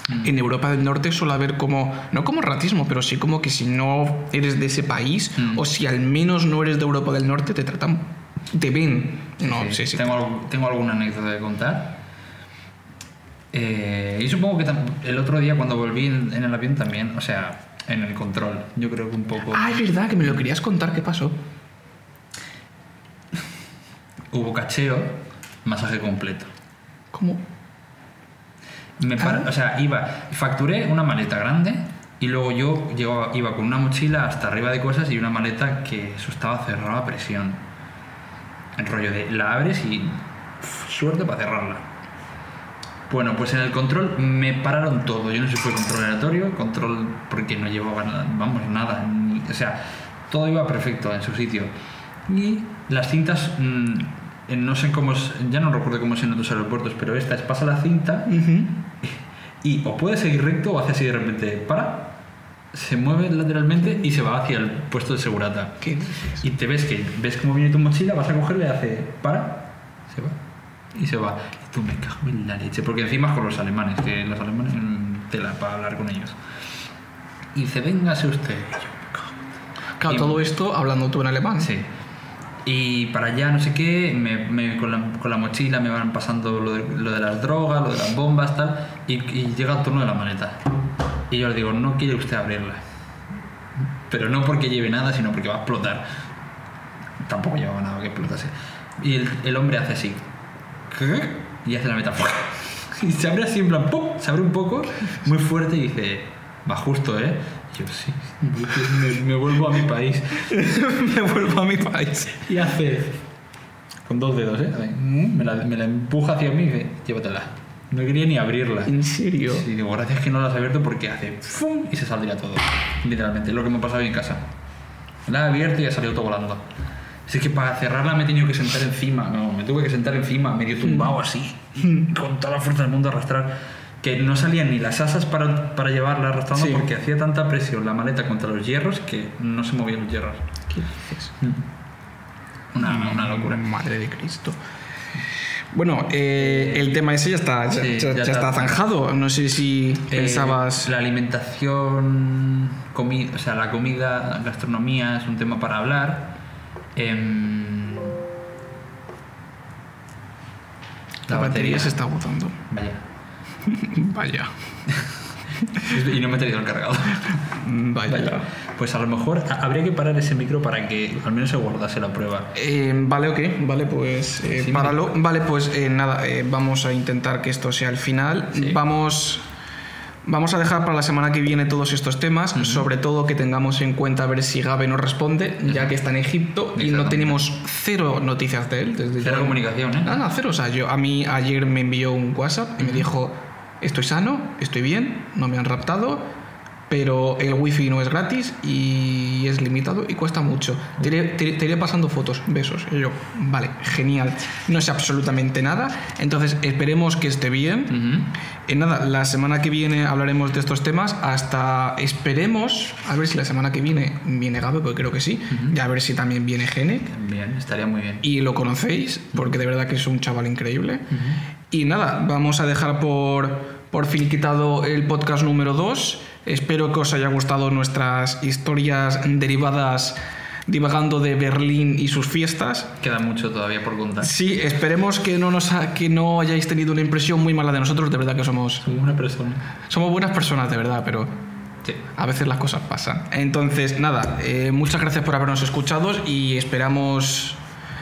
Speaker 2: Mm.
Speaker 1: En Europa del Norte suele haber como, no como racismo, pero sí como que si no eres de ese país
Speaker 2: Mm.
Speaker 1: o si al menos no eres de Europa del Norte, te tratan, te ven. No, sí, sí.
Speaker 2: Tengo, algo- tengo alguna anécdota de contar. Eh, y supongo que tam- el otro día cuando volví en, en el avión también, o sea, en el control, yo creo que un poco
Speaker 1: Ah, es verdad, que me lo querías contar, ¿qué pasó?
Speaker 2: hubo cacheo, masaje completo.
Speaker 1: ¿Cómo?
Speaker 2: Me par-
Speaker 1: Ah.
Speaker 2: O sea, iba, facturé una maleta grande y luego yo llegaba- iba con una mochila hasta arriba de cosas y una maleta que eso estaba cerrada a presión. El rollo de la abres y pff, suerte para cerrarla. Bueno, pues en el control me pararon todo. Yo no sé si fue control aleatorio, control porque no llevaba nada, vamos, nada. ni- o sea, todo iba perfecto en su sitio. Y las cintas, mm, en- no sé cómo es, ya no recuerdo cómo es en otros aeropuertos, pero esta es pasa la cinta y o puede seguir recto o hace así de repente, para, se mueve lateralmente y se va hacia el puesto de segurata.
Speaker 1: ¿Qué dices?
Speaker 2: Y te ves que ves cómo viene tu mochila, vas a cogerla y hace, para, se va. Y se va. Y tú me cago en la leche. Porque encima es con los alemanes, que los alemanes mm, tela para hablar con ellos. Y dice, véngase usted. Y yo,
Speaker 1: Claro,
Speaker 2: Y-
Speaker 1: todo esto hablando tú en alemán.
Speaker 2: Sí. Y para allá, no sé qué, me, me- con, la, con la mochila me van pasando lo de, lo de las drogas, lo de las bombas, tal, y, y llega el turno de la maleta. Y yo le digo, no quiere usted abrirla. Pero no porque lleve nada, sino porque va a explotar. Tampoco llevaba nada que explotase. Y el, el hombre hace así. ¿Qué? Y hace la meta. Y se abre así en plan, ¡pum! Se abre un poco, muy fuerte, y dice, va justo, ¿eh? Y yo, sí, me- me vuelvo a mi país.
Speaker 1: Me vuelvo a mi país.
Speaker 2: Y hace. Con dos dedos, ¿eh? Hace, mm, Me la, me la empuja hacia mí y dice: llévatela. No quería ni abrirla.
Speaker 1: ¿En serio?
Speaker 2: Y digo, gracias que no la has abierto porque hace. ¡Fum! Y se saldría todo. Literalmente, lo que me ha pasado en casa. La he abierto y ha salido todo volando. Así que para cerrarla me he tenido que sentar encima. No, me tuve que sentar encima, medio tumbado así. y Con toda la fuerza del mundo arrastrar. Que no salían ni las asas para, para llevarla arrastrando
Speaker 1: Sí.
Speaker 2: porque hacía tanta presión la maleta contra los hierros que no se movían los hierros.
Speaker 1: ¿Qué dices?
Speaker 2: Mm. Una, una locura.
Speaker 1: Madre de Cristo. Bueno, eh, el tema ese ya está, ya,
Speaker 2: Sí,
Speaker 1: ya-
Speaker 2: ya
Speaker 1: ya
Speaker 2: está.
Speaker 1: está zanjado. No sé si
Speaker 2: Eh,
Speaker 1: pensabas.
Speaker 2: La alimentación, comida, o sea, la comida, gastronomía es un tema para hablar. Em,
Speaker 1: La, batería se está agotando.
Speaker 2: Vaya.
Speaker 1: Vaya.
Speaker 2: y no me he traído el cargador. Mm,
Speaker 1: Vaya.
Speaker 2: Pues a lo mejor a- habría que parar ese micro para que al menos se guardase la prueba.
Speaker 1: Eh, vale, ok, vale, pues eh,
Speaker 2: Sí,
Speaker 1: páralo. Vale, pues eh, nada, eh, vamos a intentar que esto sea el final.
Speaker 2: Sí.
Speaker 1: Vamos, vamos a dejar para la semana que viene todos estos temas, sobre todo que tengamos en cuenta a ver si Gabe nos responde, ya que está en Egipto y no
Speaker 2: Exactamente.
Speaker 1: tenemos cero noticias de él. Desde
Speaker 2: Cero
Speaker 1: yo-
Speaker 2: comunicación, ¿eh?
Speaker 1: Nada, cero. O sea, yo, a mí ayer me envió un WhatsApp y me dijo, estoy sano, estoy bien, no me han raptado, pero el wifi no es gratis y es limitado y cuesta mucho. Te iré, te iré- te iré pasando fotos, besos. Y yo, vale, genial. No sé absolutamente nada. Entonces, esperemos que esté bien.
Speaker 2: Ujú.
Speaker 1: Eh, nada, la semana que viene hablaremos de estos temas. Hasta esperemos, a ver si la semana que viene viene Gabe, porque creo que sí. Y a ver si también viene Gene
Speaker 2: Bien, estaría muy bien.
Speaker 1: y lo conocéis, porque de verdad que es un chaval increíble. Y nada, vamos a dejar por, por fin quitado el podcast número 2. Espero que os haya gustado nuestras historias derivadas divagando de Berlín y sus fiestas.
Speaker 2: Queda mucho todavía por contar.
Speaker 1: Sí, esperemos que no, nos ha- que no hayáis tenido una impresión muy mala de nosotros, de verdad que somos,
Speaker 2: Soy una persona.
Speaker 1: somos buenas personas, de verdad, pero
Speaker 2: Sí.
Speaker 1: a veces las cosas pasan. Entonces, nada, eh, muchas gracias por habernos escuchado y esperamos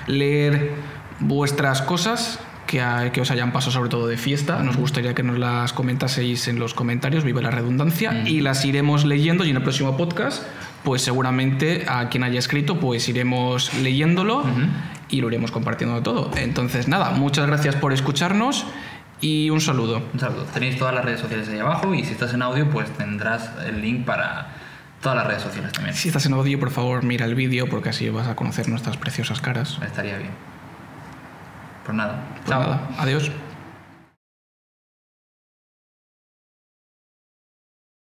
Speaker 1: leer vuestras cosas que, a- que os hayan pasado, sobre todo de fiesta. Nos gustaría que nos las comentaseis en los comentarios, viva la redundancia, y las iremos leyendo y en el próximo podcast, pues seguramente a quien haya escrito, pues iremos leyéndolo y lo iremos compartiendo todo. Entonces, nada, muchas gracias por escucharnos y un saludo.
Speaker 2: Un saludo. Tenéis todas las redes sociales ahí abajo y si estás en audio, pues tendrás el link para todas las redes sociales también.
Speaker 1: Si estás en audio, por favor, mira el vídeo porque así vas a conocer nuestras preciosas caras.
Speaker 2: Estaría bien. Pues nada.
Speaker 1: Pues nada, adiós.